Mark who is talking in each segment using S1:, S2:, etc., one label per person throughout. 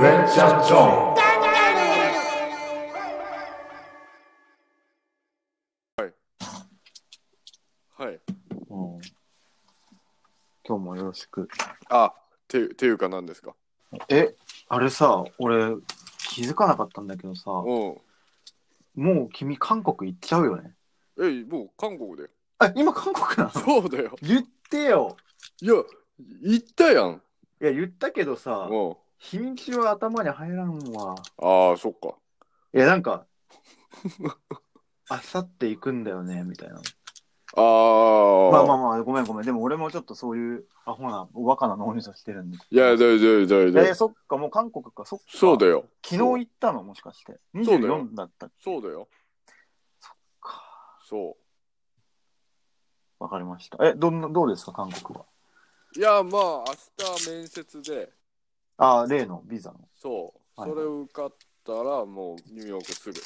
S1: レンチャンゾーン
S2: はい。
S3: うん今日もよろしく。
S2: あ、て、ていうか何ですか。
S3: え、あれさ、俺、気づかなかったんだけどさ、も
S2: う
S3: う君、韓国行っちゃうよね。
S2: ん。え、もう韓国だよ。
S3: あ、今、韓国な の
S2: そうだよ。
S3: 言ってよ。
S2: いや、行ったやん。
S3: いや、言ったけどさ、
S2: うん。
S3: 日にちは頭に入らんわ。
S2: ああ、そっか。
S3: いや、なんか、あさって行くんだよね、みたいな。
S2: ああ。
S3: まあまあまあ、ごめんごめん。でも俺もちょっとそういうアホな、若な脳みそしてるんで。
S2: いや、だいだいだい
S3: いやい
S2: だ
S3: や
S2: い。
S3: そっか、もう韓国か、そっか。
S2: そうだよ。
S3: 昨日行ったの、もしかして。
S2: そうだよ
S3: 24だった
S2: そうだよ。
S3: か。
S2: そ
S3: わかりました。え、どんな、どうですか、韓国は。
S2: う。いや、まあ、明日面接で。
S3: あー、例のビザの。
S2: そう。
S3: はい
S2: それを受かったら、もうニューヨークすぐ。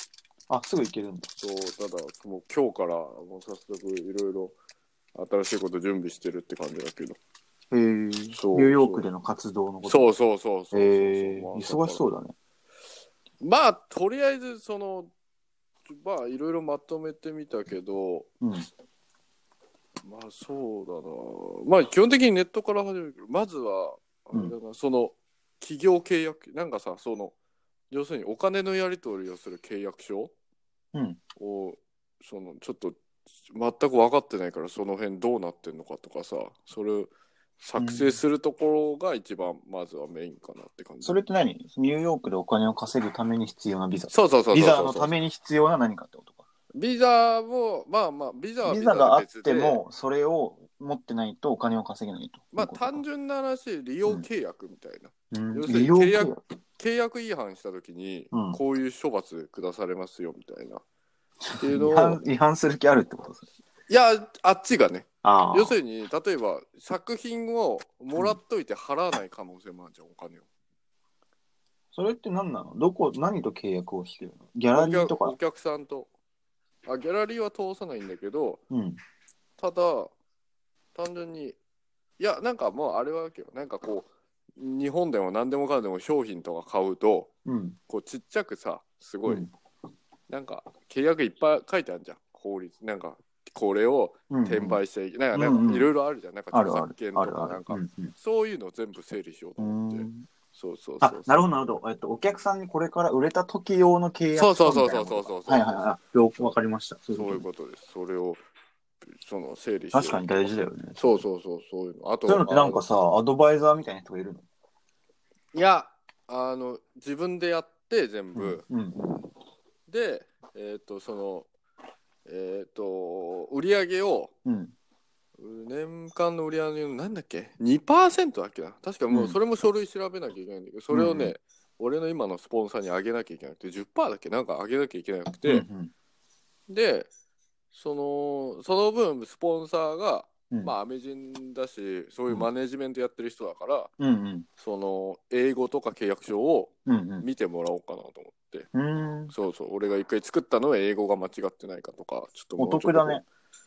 S3: あ、すぐ行けるんだ。
S2: そう、ただ、もう今日から、もう早速いろいろ。新しいこと準備してるって感じだけど。
S3: へえ。ニュ
S2: そう
S3: ーヨークでの活動のこと。
S2: そうそうそうそうそうそう。
S3: へえ。
S2: まあ
S3: 忙しそうだね。
S2: まあとりあえずそのまあいろいろまとめてみたけど
S3: うん。
S2: まあそうだなまあ基本的にネットから始めるけどまずはあれだな、その企業契約なんかさその要するにお金のやり取りをする契約書
S3: うん
S2: を、そのちょっと全く分かってないからその辺どうなってんのかとかさそれを作成するところが一番まずはメインかなって感じ、
S3: それって何ニューヨークでお金を稼ぐために必要なビザ。
S2: そうそうそうそうそう
S3: ビザのために必要な何かってことか。
S2: ビザもまあまあビザは
S3: ビ
S2: で
S3: ザがあっ
S2: 別
S3: て
S2: で
S3: も、それを持ってないとお金を稼げないと。
S2: まあ単純な話利用契約みたいな、
S3: 純
S2: 要
S3: う
S2: す
S3: ん。
S2: るに
S3: 利用
S2: 契
S3: 契
S2: 約
S3: 約。
S2: 契約違反した時に
S3: うん
S2: こういう処罰下されますよみたいな、っていうの
S3: 違
S2: を
S3: 反違反する気あるってことです
S2: いやあっちがね
S3: ああ。
S2: 要するに例えば作品をもらっといて払わない可能性もあるじゃんお金を
S3: それって何なのどこ、何と契約をしてるのギャラリーと
S2: お
S3: か。
S2: 客お客さんとあギャラリーは通さないんだけど
S3: うん。
S2: ただ単純にいやなんかもうあれはわけよなんかこう日本でも何でもかんでも商品とか買うと
S3: うん。
S2: こうちっちゃくさすごい、
S3: うん
S2: なんか契約いっぱい書いてあるじゃん法律なんかこれを
S3: うん
S2: 転売して、なんか
S3: うん
S2: なんかいろいろあるじゃんなんか
S3: ある
S2: 著
S3: ある
S2: 作権と
S3: あ
S2: か
S3: るあ
S2: な
S3: る
S2: んか
S3: うんうん
S2: そういうのを全部整理しようと思って、そうそうそ
S3: あ
S2: う
S3: なるほどなるほど、えっと、お客さんにこれから売れた時用の契約
S2: そうそう
S3: 書
S2: そう
S3: みたい
S2: そう
S3: なこ
S2: そうそう
S3: とかはいはいはいよくわかりましたそう
S2: そうい
S3: いううこ
S2: ことですそれをその整理して
S3: と確かに大事だよね
S2: そうそうそうそういうのあと
S3: そういうのってなんかさアドバイザーみたいな人がいるの
S2: いやあの自分でやって全部、
S3: うんうん
S2: で、えっ、と、その、えっ、と、売り上げを、
S3: うん
S2: 年間の売り上げの、なんだっけ、2%だっけな。確かもう、
S3: うん
S2: それも書類調べなきゃいけないんだけど、それをね、
S3: うん
S2: 俺の今のスポンサーに上げなきゃいけなくて、10%だっけなんか上げなきゃいけなく
S3: うんう
S2: て、
S3: ん
S2: で、その、その分、スポンサーが、
S3: うん
S2: まあ、アメ人だし、そういうマネジメントやってる人だから、
S3: うんうん
S2: その、英語とか契約書を
S3: うん
S2: 見てもらおうかなと思って。
S3: うんうーん
S2: そうそう、俺が一回作ったのは英語が間違ってないかとか、ちょっとも
S3: お
S2: うちょっと
S3: 得だね。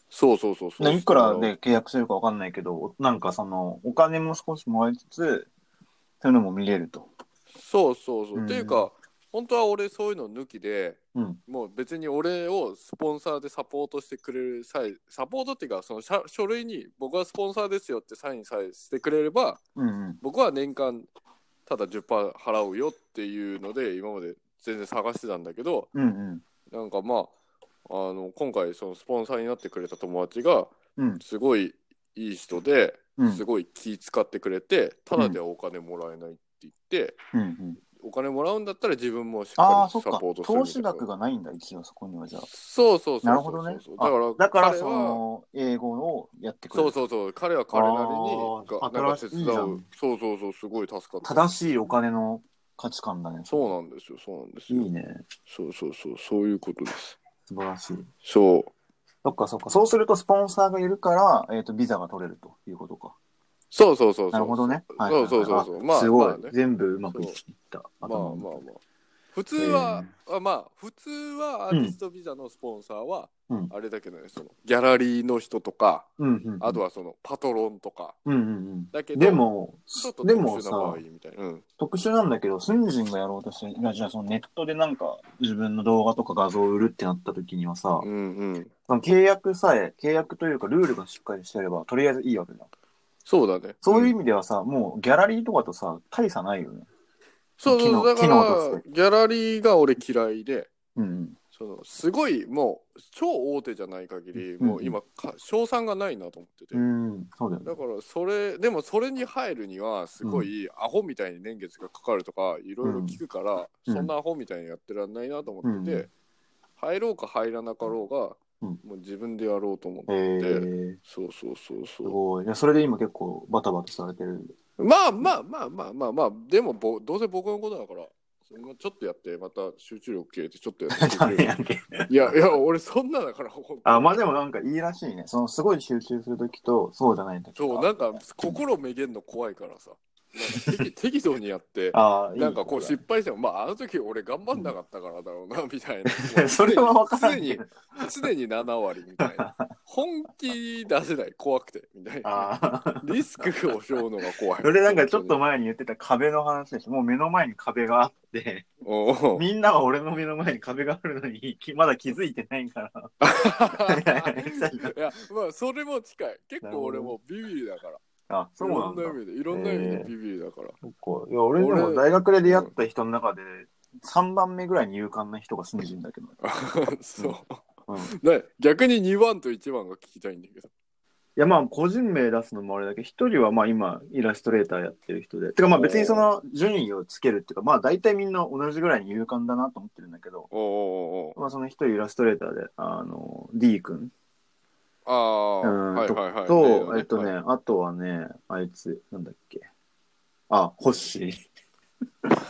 S2: そうそうそうそう。
S3: ねいくらで契約してるかわかんないけどなんかそのお金も少しもらいつつそういうのも見れると
S2: そうそうそう。
S3: うん
S2: っていうか、本当は俺そういうの抜きで、
S3: うん
S2: もう別に俺をスポンサーでサポートしてくれる際、サポートっていうか、その書書類に僕はスポンサーですよってサインさえしてくれれば、
S3: うんうん
S2: 僕は年間ただ10%払うよっていうので、今まで全然探してたんだけど、
S3: うんうん
S2: なんかまあ、あの今回そのスポンサーになってくれた友達が
S3: うん
S2: すごいいい人で、
S3: うん
S2: すごい気使ってくれて、ただではお金もらえないって言って、
S3: うんうん
S2: お金もらうんだったら自分もしっ
S3: あ
S2: か
S3: あそ
S2: り
S3: っ
S2: サ
S3: か
S2: ポートする
S3: 投
S2: みた
S3: 資
S2: いな。
S3: 額がないんだ一応そこにはじゃあ
S2: そうそうそうそうそう。
S3: なるほどね。
S2: だから、
S3: だから
S2: 彼
S3: そ
S2: は、
S3: の英語をやってく
S2: そ
S3: れ
S2: う
S3: る。
S2: そうそう、彼は彼なりにが、な
S3: あー
S2: んか手伝う
S3: 新しいじゃん
S2: そうそうそう、すごい助かった。
S3: 正しいお金の価値観だね。
S2: そうなんですよ、そうなんですよ。
S3: いいね。
S2: そうそうそう、そういうことです。
S3: 素晴らしい。
S2: そう。
S3: そっかそっか。そうするとスポンサーがいるから、えっ、と、ビザが取れるということか。
S2: そうそうそうそう。
S3: なるほどね。はいはいはい
S2: そうそうそうそう。
S3: あ
S2: まあ、
S3: すごい、
S2: まあね
S3: 全部うまくいった。
S2: まあま
S3: 頭
S2: あ
S3: の
S2: まあ。普通は、あまあ、普通はアーティストビザのスポンサーは、
S3: うん
S2: あれだけどねそのギャラリーの人とか
S3: うんうんうん。
S2: あとはそのパトロンとか
S3: うんうん
S2: だけ
S3: うん。
S2: ど
S3: でも
S2: ちょっ、と
S3: で
S2: 特
S3: も
S2: 殊な場
S3: さ
S2: 合、みたいな、うん、
S3: 特殊なんだけど、スンジンがやろうとして、いやじゃあそのネットでなんか自分の動画とか画像を売るってなった時にはさ、
S2: うんうん
S3: その契約さえ、契約というかルールがしっかりしてれば、とりあえずいいわけじゃん。
S2: そうだね
S3: そういう意
S2: ん
S3: 味ではさ、もうギャラリーとかとさ、大差ないよね。
S2: そう
S3: 機
S2: そう
S3: 能
S2: だか
S3: 機能と
S2: らギャラリーが俺嫌いで
S3: うん
S2: そのすごいもう超大手じゃない限り、
S3: うん
S2: もう今か賞賛がないなと思ってて、
S3: うん。うん、そうだよね
S2: だ。からそれでもそれに入るにはすごいアホみたいに年月がかかるとかいろいろ聞くから、
S3: うん
S2: そんなアホみたいにやってらんないなと思ってて、
S3: うん
S2: 入ろうか入らなかろうが、
S3: うん
S2: もう自分でやろうと思って、
S3: へえー、
S2: そうそうそう
S3: す
S2: そ
S3: ごい。いや、それで今結構バタバタされてる。
S2: うまあまあまあまあまあまあでもぼどうせ僕のことだからちょっとやってまた集中力切れてちょっとやって集
S3: ダ
S2: 中力
S3: メやんけ。
S2: いやいや俺そんなだから本当に
S3: あ、まあでもなんかいいらしいね。そのすごい集中するときと、そうじゃないとき
S2: そうなんか心めげんの怖いからさなんか適 適度にやって
S3: ああ、いい
S2: なんかこう
S3: それ。
S2: 失敗しても、まあ、あの時俺頑張んなかったからだろうな、みたいな
S3: それは分からん
S2: 常
S3: け
S2: に
S3: ど、
S2: 常に7割みたいな。本気出せない、怖くて、みたいな。
S3: ああ。
S2: リスクを背負うのが怖い。
S3: それなんかちょっと前に言ってた壁の話でしょ。もう目の前に壁があって、
S2: 本当に。
S3: みんなは俺の目の前に壁があるのに、きまだ気づいてないから。
S2: うん。いや、 まあ、それも近い。結構俺もビビりだから。
S3: あ、そう
S2: い
S3: な
S2: ろん
S3: んだ
S2: な意。味で、いろんな意味でビビりだから。
S3: そっかいや、俺でも
S2: 俺
S3: 大学で出会った人の中で、3番目ぐらいに勇敢な人が住んでるんだけど。
S2: そう。
S3: うんい
S2: ね、逆に2番と1番が聞きたいんだけど。
S3: や、まあ、個人名出すのもあれだけど、一人はまあ今、イラストレーターやってる人で。てかまあ別にその順位をつけるっていうか、まあ大体みんな同じぐらいに勇敢だなと思ってるんだけど、
S2: おうおうおう
S3: まあその一人イラストレーターで、あの、D 君。
S2: ああ、
S3: うん
S2: はいはいはい。
S3: と、えっと
S2: はい
S3: ね、あとはね、あいつ、なんだっけ。あ、ホッシ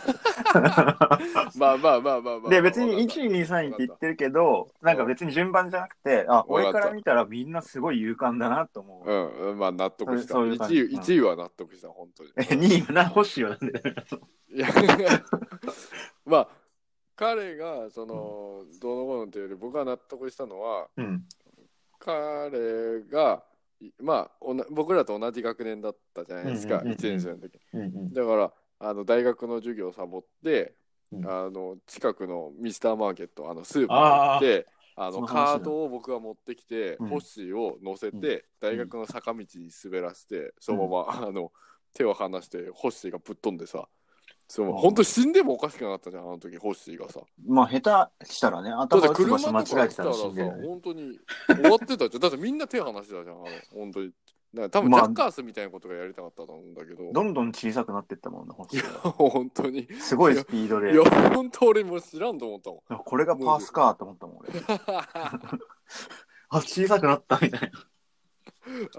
S2: まあまあまあまあまあまあ。
S3: ー。で、別に1位、2位、3位って言ってるけど、なんか別に順番じゃなくて、
S2: わか
S3: あ、
S2: った
S3: 俺から見たらみんなすごい勇敢だなと思う。
S2: うん、まあ納得した。
S3: そうそういう
S2: 1
S3: 感じ
S2: 位、一位は納得した、本 当に。
S3: え、2位はな、ホッシーはなんで。
S2: いや、 まあ、彼が、その、どうのこうのというより、僕が納得したのは、
S3: うん。
S2: 彼が、いまあ、おな僕らと同じ学年だったじゃないですか、
S3: うんうんうんうん
S2: 1年生の時。
S3: うんうん。
S2: だから、あの大学の授業をサボって、
S3: うん
S2: あの近くのミスターマーケット、あのスーパーに行って、あ
S3: そ
S2: の
S3: の話だ
S2: カートを僕が持ってきて、
S3: うん
S2: ホッシーを乗せて、大学の坂道に滑らせて、そのま ま、あの手を離して、ホッシーがぶっ飛んでさ、その
S3: うん
S2: 本当死んでもおかしくなかったじゃん、あの時、ホッシーがさ。
S3: まあ、下手したらね、
S2: だっ
S3: 頭
S2: て
S3: 打つ場所
S2: 車
S3: 間
S2: とか
S3: 違え
S2: 来
S3: て
S2: た
S3: た
S2: ら
S3: ら
S2: さ、
S3: 死んでる。
S2: 本当に終わってたじゃん。だってみんな手離してたじゃん、あの本当に。だから多分ジ
S3: まあ
S2: ャッカースみたいなことがやりたかったと思うんだけど、
S3: どんどん小さくなってったもんね、ホッ
S2: い
S3: シ
S2: や
S3: ー は、
S2: 本当に。
S3: すごいスピードで
S2: い。や、本当俺もう知らんと思ったもん。
S3: これがパースかと思ったもん、俺。 あ、小さくなったみたいな。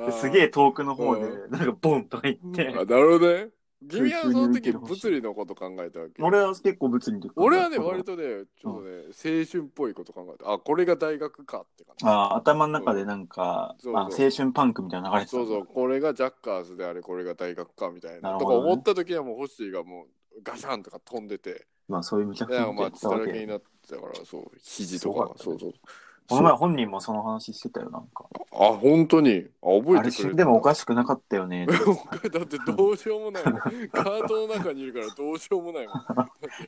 S3: ですげえ遠くの方で、
S2: う
S3: なんかボンと入って、
S2: あー。あなるほどね。君はその
S3: 空中に浮いて
S2: 時
S3: る星
S2: 物理のこと考えたわけ。
S3: 俺は結構物理の時
S2: 俺はね、割とね、ちょっとね、青春っぽいこと考えた。あ、これが大学かって感じ。
S3: あー頭の中でなんか、
S2: そうそう
S3: あ青春パンクみたいな流れてた
S2: そうそう、これがジャッカーズであれ、これが大学かみたいな。
S3: なる
S2: と
S3: ほ
S2: か
S3: どね
S2: 思った時はもう、ホッシーがもう、ガシャンとか飛んでて、
S3: まあそういうむちゃく
S2: で
S3: ち
S2: な
S3: ゃ
S2: んかま
S3: な
S2: あ、
S3: こと
S2: 血だらけになってたから、そう、肘とか、
S3: すご
S2: そ
S3: か
S2: うそう。
S3: この前本人もその話してたよ、なんか。
S2: あ、本当に。あ、覚
S3: あ
S2: えてく
S3: れ死
S2: れ
S3: ん
S2: て
S3: で
S2: た
S3: もおかしくなかったよ ね。
S2: だってどうしようも ないもん。カートの中にいるからどうしようもないもん。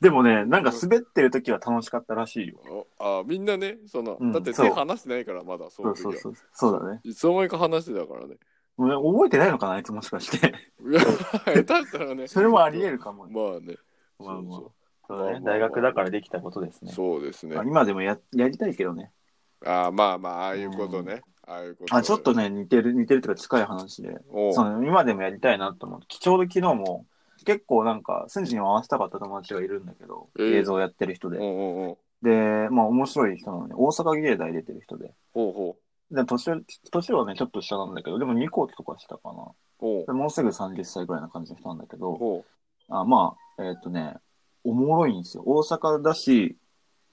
S3: でもね、なんか滑ってる時は楽しかったらしいよ。
S2: ああみんなね、その、
S3: うん
S2: だって
S3: そ
S2: 手
S3: う
S2: 離してないからまだそ
S3: そ
S2: の
S3: う
S2: 時
S3: そ
S2: は
S3: うそう。そうだね。
S2: いつの間にか話してたから ね。
S3: もう覚えてないのかな、あいつもしか して。
S2: いや下手したらね。
S3: それもあり得るかもね。
S2: まあね。
S3: まあまあ
S2: そ
S3: そうだ
S2: まあまあ
S3: ね。
S2: まあ
S3: 大学だからできたことです
S2: う
S3: ね。
S2: そうですね
S3: まあ。今でもややりたいけどね。
S2: ああまあまあああいうことね。ああいうこと。
S3: あ、ちょっと。ね、似てる、似てるというか近い話で。
S2: おう
S3: その今でもやりたいなと思って、ちょうど昨日も結構なんか、スンジに回したかった友達がいるんだけど、
S2: えー
S3: 映像やってる人
S2: おう
S3: で。
S2: おうおう
S3: で、まあ面白い人なので、大阪芸大出てる人で。
S2: ほうほ
S3: で、年より、年はね、ちょっと下なんだけど、でも2個とかしたかな。
S2: う。ほ
S3: でもうすぐ30歳ぐらいな感じの人なんだけ
S2: う
S3: ど、
S2: ほ
S3: あまあ、えーっ、とね、おもろいんですよ。大阪だし、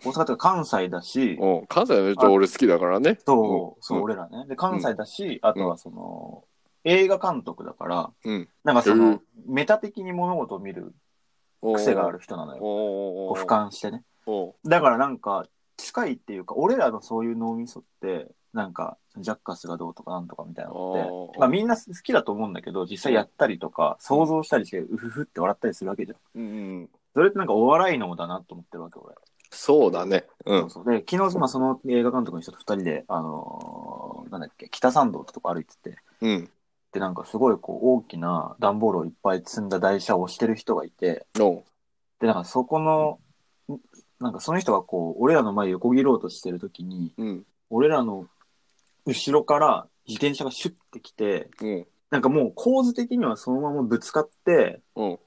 S3: 大阪っていうか関西だ
S2: う。
S3: し、
S2: おう関西の人俺好きだからね。
S3: そう、そう、
S2: ん
S3: 俺らね。で、関西だし、あとはその、映画監督だから、
S2: うん
S3: なんかそ
S2: へえ
S3: の、メタ的に物事を見る癖があ。る人なの
S2: おう
S3: よ。
S2: おうおうお
S3: こ
S2: う
S3: う俯瞰してね。
S2: おう
S3: だからなんか、近いっていうか、俺らのそういう脳みそって、なんか、ジャッカスがどうとかなんとかみたいなのっ
S2: あ
S3: て、
S2: ー
S3: まあみんな好きだと思うんだけど、実際やったりとか、想像したりして、うふふって笑ったりするわけじゃん。
S2: うんうん、
S3: それってなんかお笑い脳だなと思ってるわけ、俺。
S2: そうだね。う。
S3: そうんそうで、昨日、まあ、その映画監督の人と二人で、あのーなんだっけ、北参道ってとこ歩いてて、
S2: うん。
S3: で、なんかすごいこう大きな段ボールをいっぱい積んだ台車を押してる人がいて、
S2: お
S3: で、なんかそこの、んなんかその人がこう、俺らの前横切ろうとしてるときに、
S2: うん。
S3: 俺らの後ろから自転車がシュッてきて、
S2: うん。
S3: なんかもう構図的にはそのままぶつかって、
S2: うん。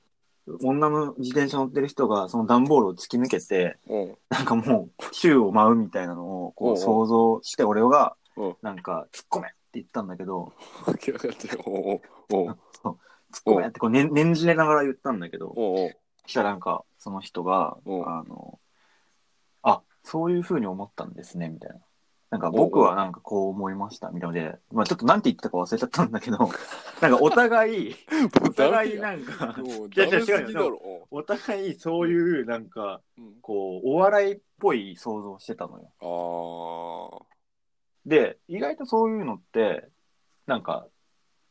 S3: 女の自転車乗ってる人がその段ボールを突き抜けて、
S2: うん。
S3: なんかもう宙を舞うみたいなのを
S2: お
S3: こ
S2: うおう
S3: う想像して俺が
S2: うん、
S3: なんか突っ込めって言ったんだけど、
S2: 起き上がって、おうおうおう
S3: 突っ込めってこうね念じれながら言ったんだけど、
S2: おうおう
S3: したらなんか、その人が、
S2: うん
S3: あの、あ、そういう風に思ったんですね、みたいな。なんか
S2: お
S3: 僕はなんかこう思いました、みたいなので、まあちょっとなんて言ってたか忘れちゃったんだけ ど、なんかお互い、お互いなんか、
S2: もう
S3: い
S2: ダ
S3: やい
S2: メ
S3: や
S2: すぎ
S3: 違うよ
S2: だろ。
S3: お互いそういうなんか、
S2: うん
S3: こう、お笑いっぽい想像してたのよ。
S2: ああ。
S3: で、意外とそういうのって、なんか、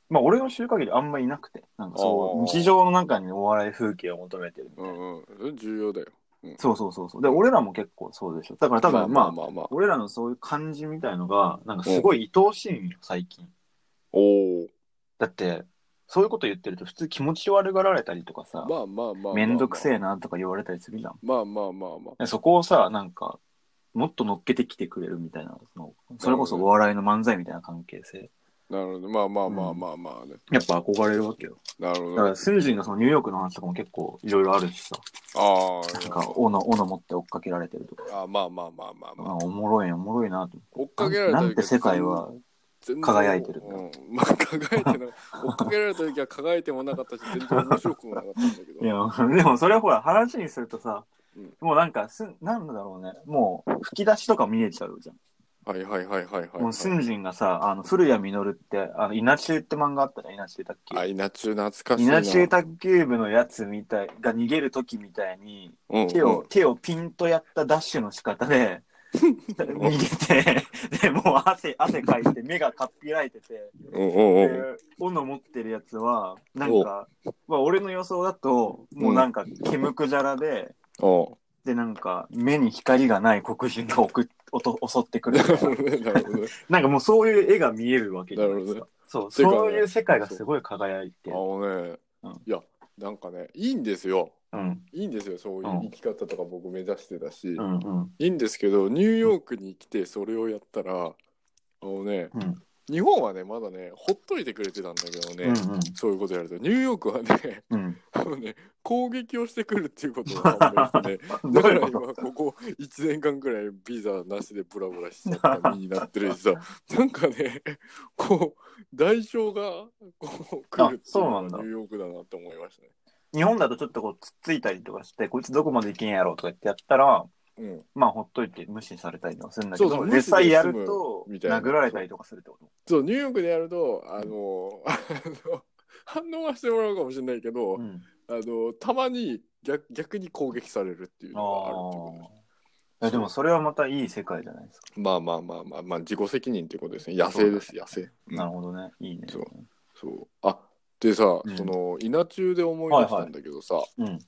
S3: まあ俺の知る限りあんまいなくて、なんかそう、
S2: あー
S3: 日常の中にお笑い風景を求めてるみた
S2: う
S3: いな。
S2: んうん。それ重要だよ。
S3: そうそうそうそう。で、俺らも結構そうでしょ。だから多分、まあ、
S2: まあまあ。
S3: 俺らのそういう感じみたいのが、なんかすごい愛おしいんよ、最近。
S2: おお。
S3: だって、そういうこと言ってると普通気持ち悪がられたりとかさ、
S2: まあまあまあ。
S3: めんどく
S2: え。
S3: せえなとか言われたりするじゃん。
S2: まあまあまあまあ。
S3: でそこをさ、なんか、もっと乗っけてきてくれるみたいな、そのそれこそお笑いの漫才みたいな関係性。
S2: なるほど。まあまあまあまあまあね。
S3: やっぱ憧れるわけよ。
S2: なるほ
S3: だか
S2: ど。あ
S3: ら、スンジンのそのニューヨークの話とかも結構いろいろあるしさ、
S2: あ。
S3: なんか、斧、斧持って追っかけられてるとか、
S2: あまあまあまあまあ
S3: あ
S2: まあ。
S3: おもろいおもろいなと
S2: 追っ
S3: 思
S2: か
S3: っ
S2: けら
S3: て。
S2: れた
S3: なんて世界は、輝いてるんだ
S2: うん、まあ輝いてない追っかけられた時は輝いてもなかったし全然面白くもなかったんだけど
S3: いや、 でもそれはほら、話にするとさ、
S2: うん
S3: もうなんかす、なんだろうね、もう吹き出しとか見えちゃうじゃん。
S2: はいはいはいはいはい、
S3: も
S2: は
S3: う、
S2: い、
S3: スンジンがさ、あの、古谷実って、あの、稲中って漫画あったじゃん、稲中卓球
S2: あ
S3: 部。
S2: 稲中懐かしいな
S3: 稲中卓球部のやつみたい、が逃げる時みたいに、
S2: うん
S3: 手を、手をピンとやったダッシュの仕方で、 逃げて、で、もう汗、汗かいて、目がかっぴらいてて、
S2: うんうんうんうん
S3: で斧持ってるやつは、なんか、まあ俺の予想だと、もうなんか、煙くじゃらで、
S2: お
S3: で、なんか、目に光がない黒人がおくおと襲ってく
S2: う
S3: る
S2: な。るほどねなるほどね
S3: なんかもうそういう絵が見えるわけじゃないです
S2: なる
S3: か。そう、
S2: 世界が
S3: そういう世界がすごい輝いて
S2: あ
S3: る。
S2: のね、
S3: うん
S2: いやなんかねいいんですよ
S3: うん、
S2: いいんですよそういう生き方とか僕目指してたし、
S3: うん、うん。
S2: いいんですけどニューヨークに来てそれをやったらあのね
S3: うん、
S2: 日本はねまだねほっといてくれてたんだけどね、
S3: うん、
S2: そういうことやるとニューヨークはね
S3: うん。
S2: あのね、攻撃をしてくるっていうことが判明してね
S3: うん。
S2: だ
S3: どう
S2: か
S3: いう
S2: ら
S3: こと
S2: 今ここ1年間くらいビザなしでブラブラしちゃった身になってるしさ なんかねこう代償がこう来るっていう
S3: あそうなん
S2: の
S3: だ
S2: がニューヨークだなって思いましたね。
S3: 日本だとちょっとこう、つっついたりとかして、こいつどこまでいけんやろうとか言ってやったら、
S2: うん、
S3: まあ、ほっといて無視されたりとかするんだけ
S2: そうそ
S3: ど、
S2: う
S3: 実際やると、
S2: 無視で済むみたいな
S3: 殴られたりとかするってこと
S2: そうニューヨークでやるとあのあの反応はしてもらうかもしれないけど、
S3: うん。
S2: あのたまに逆逆に攻撃されるっていうのがあるってことです
S3: ああ。いやでもそれはまたいい世界じゃないですか。
S2: まあまあまあまあまあ自己責任っていうことですね野生です野生。うん
S3: なるほどね。いいね。
S2: そうそうあでさ、
S3: うん
S2: その稲中で思い出したんだけどさ、
S3: うん。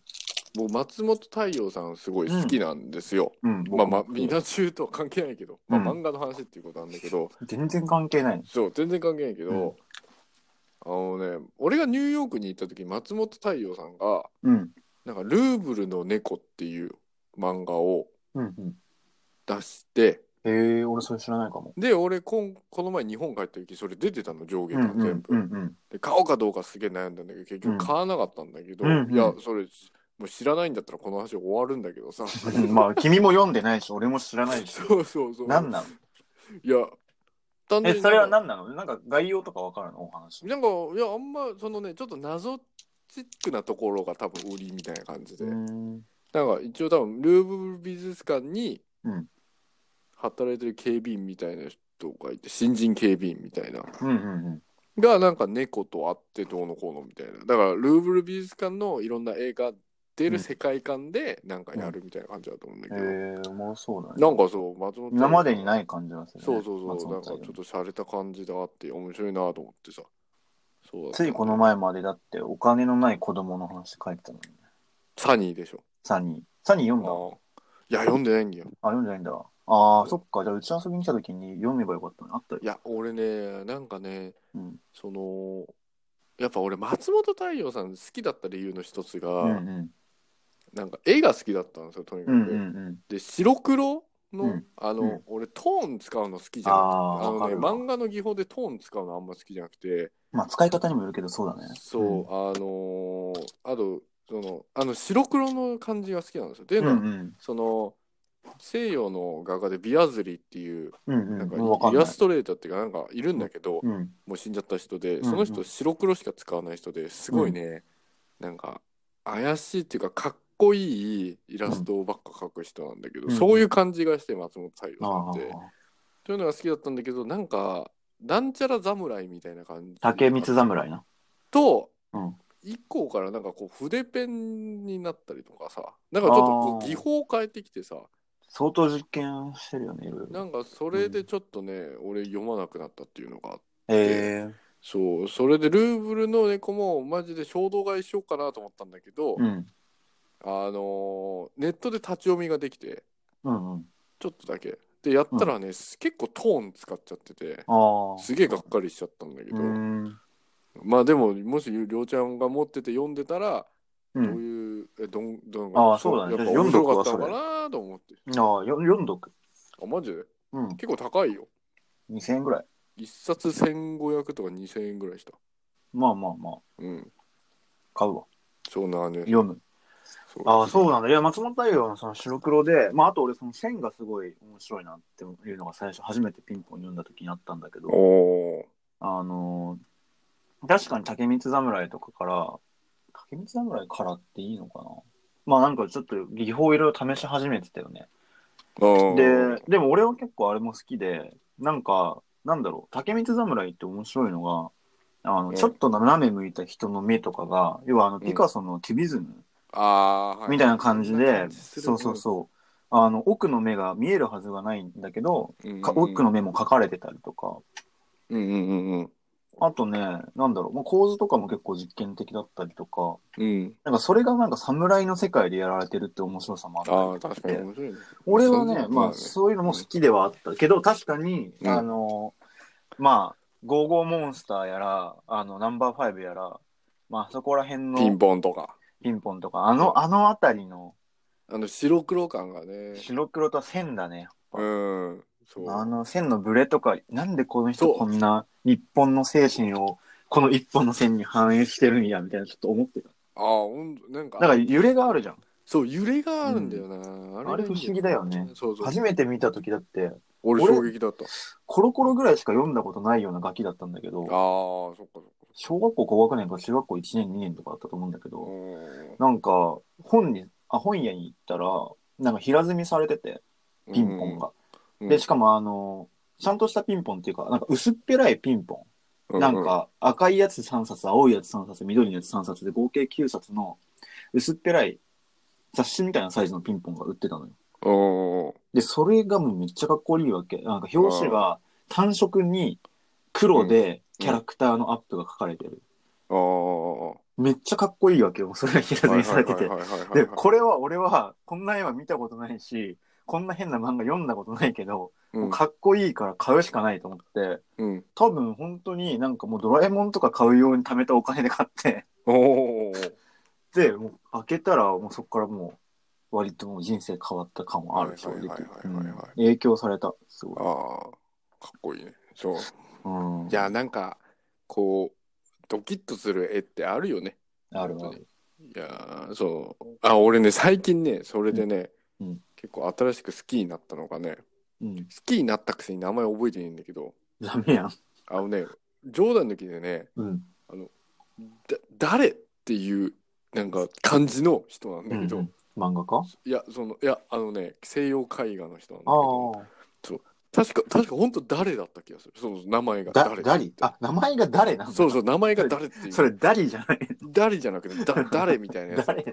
S2: 僕松本太陽さんすごい好きなんですよ、
S3: うん。
S2: まあまあ
S3: 僕も
S2: 稲中とは関係ないけど、まあ、
S3: うん
S2: 漫画の話っていうことなんだけ ど、
S3: 全然関係ないの。
S2: そう全然関係ないけど、あのね俺がニューヨークに行った時松本太陽さんが
S3: うん。
S2: なんか「ルーブルの猫」っていう漫画を
S3: うん、うん。
S2: 出して
S3: えー、俺それ知らないかも。
S2: で俺こんこの前日本帰った時それ出てたの上下巻全部。
S3: うん
S2: で買おうかどうかすげえ悩んだんだけど結局買わなかったんだけど、
S3: うんうん
S2: いやそれもう知らないんだったらこの話終わるんだけどさ
S3: うん、まあ君も読んでないし俺も知らないし
S2: そうそうそう
S3: 何なの
S2: いや単
S3: え
S2: 純に
S3: それは何なのなんか概要とかわからんのお話
S2: なんかいやあんまそのねちょっと謎チックなところが多分売りみたいな感じで、
S3: うん
S2: なんか一応多分ルーブル美術館に
S3: うん
S2: 働いてる警備員みたいな人がいて新人警備員みたいな
S3: うんうん
S2: がなんか猫と会ってどうのこうのみたいなだからルーブル美術館のいろんな映画ってる世界観でなんかやるみたいな感じだと思うんだ
S3: え
S2: けど、
S3: ー、おもろそうだね。
S2: なんかそう松本
S3: 今までにない感じがする、ね。
S2: そうそう
S3: 松
S2: そう、なんか
S3: 本
S2: ち
S3: さ
S2: ょ
S3: ん
S2: っと洒落た感じだあって面白いなと思ってさ。そうだ
S3: ついこの前までだってお金のない子供の話書いてたのに、ね。
S2: サニーでしょ。
S3: サニー。サニー読
S2: あ
S3: んだ
S2: ーいや、読んでないんだよ。
S3: あ、読んでないんだ。ああ、そっか。じゃあ、うちの遊びに来た時に読めばよかったのあったよ
S2: い。や、俺ね、なんかね、
S3: うん。
S2: その、やっぱ俺、松本太陽さん好きだった理由の一つが、
S3: うんうん。
S2: なんか絵が好きだったんですよ、とにか
S3: う
S2: く。
S3: んうんうん。
S2: で、白黒の、
S3: うん
S2: あの、
S3: うん
S2: 俺、トーン使うの好きじゃなくて、
S3: あー
S2: あの
S3: わか
S2: ね、
S3: るわ
S2: 漫画の技法でトーン使うのあんま好きじゃなくて、
S3: まあ、使い方にもよるけど、そうだね。
S2: そう、あのーあと、その、あの、白黒の感じが好きなんですよ。っていううんの
S3: う
S2: は、
S3: ん。
S2: その西洋の画家でビアズリっていう
S3: うん
S2: な
S3: うんん。
S2: か
S3: もうわか
S2: イ
S3: んな
S2: ラ
S3: い
S2: ス。トレーターっていうかなんかいるんだけど、
S3: うん。
S2: もう死んじゃった人で
S3: ん
S2: その人白黒しか使わない人ですごいね、なんか怪しいっていうかかっこいいイラストばっか描く人なんだけど、
S3: うん
S2: そういう感じがして松本太陽
S3: あ
S2: さん
S3: あ
S2: って、。というのが好きだったんだけどなんかなんちゃら侍みたいな感じ
S3: 竹光侍な。
S2: と、
S3: うん
S2: 以降からなんかこう筆ペンになったりとかさなんかちょっとこう
S3: あー
S2: 技法を変えてきてさ
S3: 相当実験してるよね、いろいろ。
S2: なんかそれでちょっとね、俺読まなくなったっていうのが
S3: ええ
S2: そうそれでルーブルの猫もマジで衝動買いしようかなと思ったんだけど、
S3: うん。
S2: あのーネットで立ち読みができて
S3: うんうん。
S2: ちょっとだけでやったらね、結構トーン使っちゃってて
S3: ああ。
S2: すげえがっかりしちゃったんだけ
S3: う
S2: ど、
S3: ん。
S2: まあでももしりょうちゃんが持ってて読んでたら、
S3: う。
S2: どうんいうえどんどん
S3: あーそうだね
S2: やっぱ
S3: じゃあ
S2: 面
S3: 読んど
S2: 白
S3: く
S2: か
S3: わ
S2: ったのかなと思って
S3: ああ、よ読んどく。
S2: あマジで
S3: うん。
S2: 結構高いよ
S3: 2000円ぐらい。
S2: 1冊1500とか2000円ぐらいした
S3: まあまあまあ、
S2: うん
S3: 買うわ。
S2: そうなんね
S3: 読む。
S2: そ
S3: ああ、そうなんだ。いや、松本太陽のその白黒で、まあ、あと俺その線がすごい面白いなっていうのが最初初めてピンポン読んだ時にあったんだけど、
S2: おー
S3: あのー確かに竹光侍とかから、竹光侍からっていいのかなまあなんかちょっと技法いろいろ試し始めてたよね。
S2: あー
S3: で、でも俺は結構あれも好きで、なんか、なんだろう、竹光侍って面白いのが、あの、
S2: うん
S3: ちょっと斜め向いた人の目とかが、要はあの、ピカソのキュビズム、
S2: あー、は
S3: みたいな感じで、
S2: そ
S3: そうそうそう。あの、奥の目が見えるはずがないんだけど、
S2: うん。
S3: か奥の目も描かれてたりとか。
S2: うんうんうん
S3: あとね、なんだろう、もう構図とかも結構実験的だったりとか、
S2: うん。うん。
S3: なんかそれがなんか侍の世界でやられてるって面白さもあったり
S2: ああ、
S3: と
S2: 確
S3: し
S2: かに
S3: て
S2: 面白いね。
S3: 俺は
S2: そういうのもあ
S3: ね
S2: る、ね
S3: まあそういうのも好きではあったけど、確かに、
S2: うん
S3: あの、まあ、ゴーゴーモンスターやら、あの、ナンバーファイブやら、まああそこら辺
S2: ピン
S3: の
S2: ポンとか。
S3: ピンポンとか、あの、あのあたりの
S2: あの、白黒感がね。
S3: 白黒と線だね。
S2: うん。そう。
S3: あの線のブレとか、なんでこの人
S2: そう
S3: こんな日本の精神をこの一本の線に反映してるんや、みたいなちょっと思ってた。
S2: ああ、ほんとなんか、
S3: だから揺れがあるじゃん。
S2: そう、揺れがあるんだよな。
S3: あれ不思議だよね。
S2: そうそう。
S3: 初めて見た時だって、
S2: 俺
S3: 俺
S2: 衝撃だった。あ
S3: コロコロぐらいしか読んだことないようなガキだったんだけ
S2: あ
S3: ど、
S2: ー、そっかそっか。
S3: 小学校高学年とか中学校1年2年とかだったと思うんだけ
S2: う
S3: ど、
S2: ん
S3: なんか本に、あ、本屋に行ったら、なんか平積みされてて、ピンポンが。
S2: うん。
S3: で、しかもあの、ちゃんとしたピンポンっていうか、なんか薄っぺらいピンポン。
S2: う
S3: なん、か赤いやつ3冊、青いやつ3冊、緑のやつ3冊で合計9冊の薄っぺらい雑誌みたいなサイズのピンポンが売ってたのよ。
S2: うん。
S3: で、それがもうめっちゃかっこいいわけ。なんか表紙が単色に黒でキャラクターのアップが書かれてる。
S2: ああ。
S3: めっちゃかっこいいわ けよ。それが平積みされてて。
S2: はいはいはいはいはい
S3: で、これは俺はこんな絵は見たことないし、こんな変な漫画読んだことないけど、
S2: うん
S3: かっこいいから買うしかないと思って、
S2: うん。
S3: 多分本当になんかもうドラえもんとか買うように貯めたお金で買って、
S2: おー。
S3: で、もう開けたら、もうそこからもう、割ともう人生変わった感はある、正
S2: はいはい
S3: 直
S2: はいはい。
S3: う
S2: はい
S3: ん
S2: はい
S3: 影響された、すごい
S2: あ。あ、かっこいいね。そう。
S3: うん。
S2: いや、なんか、こう、ドキッとする絵ってあるよね。
S3: あるあ
S2: 本当
S3: る。
S2: いやー、そう。あ、俺ね、最近ね、それでね、
S3: うんうん
S2: 結構新しく好きになったのがね、
S3: うん。
S2: 好きになったくせに名前覚えてないんだけど、
S3: ダメやん。
S2: あのね、冗談抜きでね、
S3: うん。
S2: だ誰っていう、なんか感じの人なんだけど、
S3: うん漫画家
S2: いや、その、いや、あのね、西洋絵画の人なんだけ
S3: あ
S2: ど、
S3: あ。
S2: 確か、確か本当誰だった気がする。その名前が
S3: だ
S2: 誰。
S3: ダリあ、名前が誰なんだ
S2: そうそう、名前が誰っていう。
S3: それダリじゃない。
S2: 誰じゃなくて、だ誰みたいなやつ。
S3: 誰
S2: で、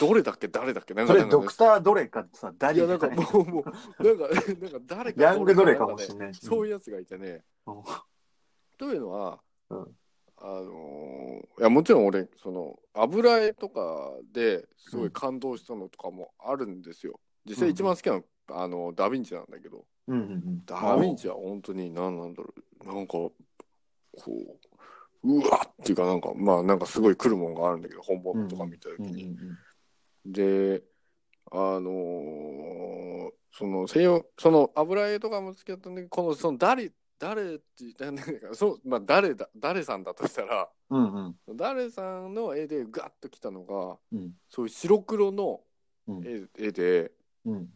S2: どれだっけ誰だっけなん
S3: そ
S2: か、な
S3: れ
S2: んか
S3: ド
S2: ね
S3: クターどれかってさ、ダ
S2: い
S3: リじ
S2: や
S3: ゃな
S2: ないんかもうもうなんか なんか誰か
S3: ヤングどれかもしれない
S2: んかねそういうやつがいてね、
S3: うん
S2: というのは、
S3: うん
S2: あのーいやもちろん俺その油絵とかですごい感動したのとかもあるんですよ実際一番好きなの,、あのダ・ヴィンチなんだけど
S3: うんうんうん。
S2: ダ・ヴィンチは本当に何なんだろうなんかこううわっっていうかなんかまあなんかすごい来るもんがあるんだけど本物とか見た時
S3: うんうん
S2: に、
S3: うん
S2: であのーその西洋その油絵とかも好きだったんだけどこのその誰誰ってなんだか そうまあ誰だ誰さんだとしたら
S3: うんうん
S2: 誰さんの絵でガッときたのが、
S3: うん
S2: そういう白黒の絵,、絵で
S3: うん。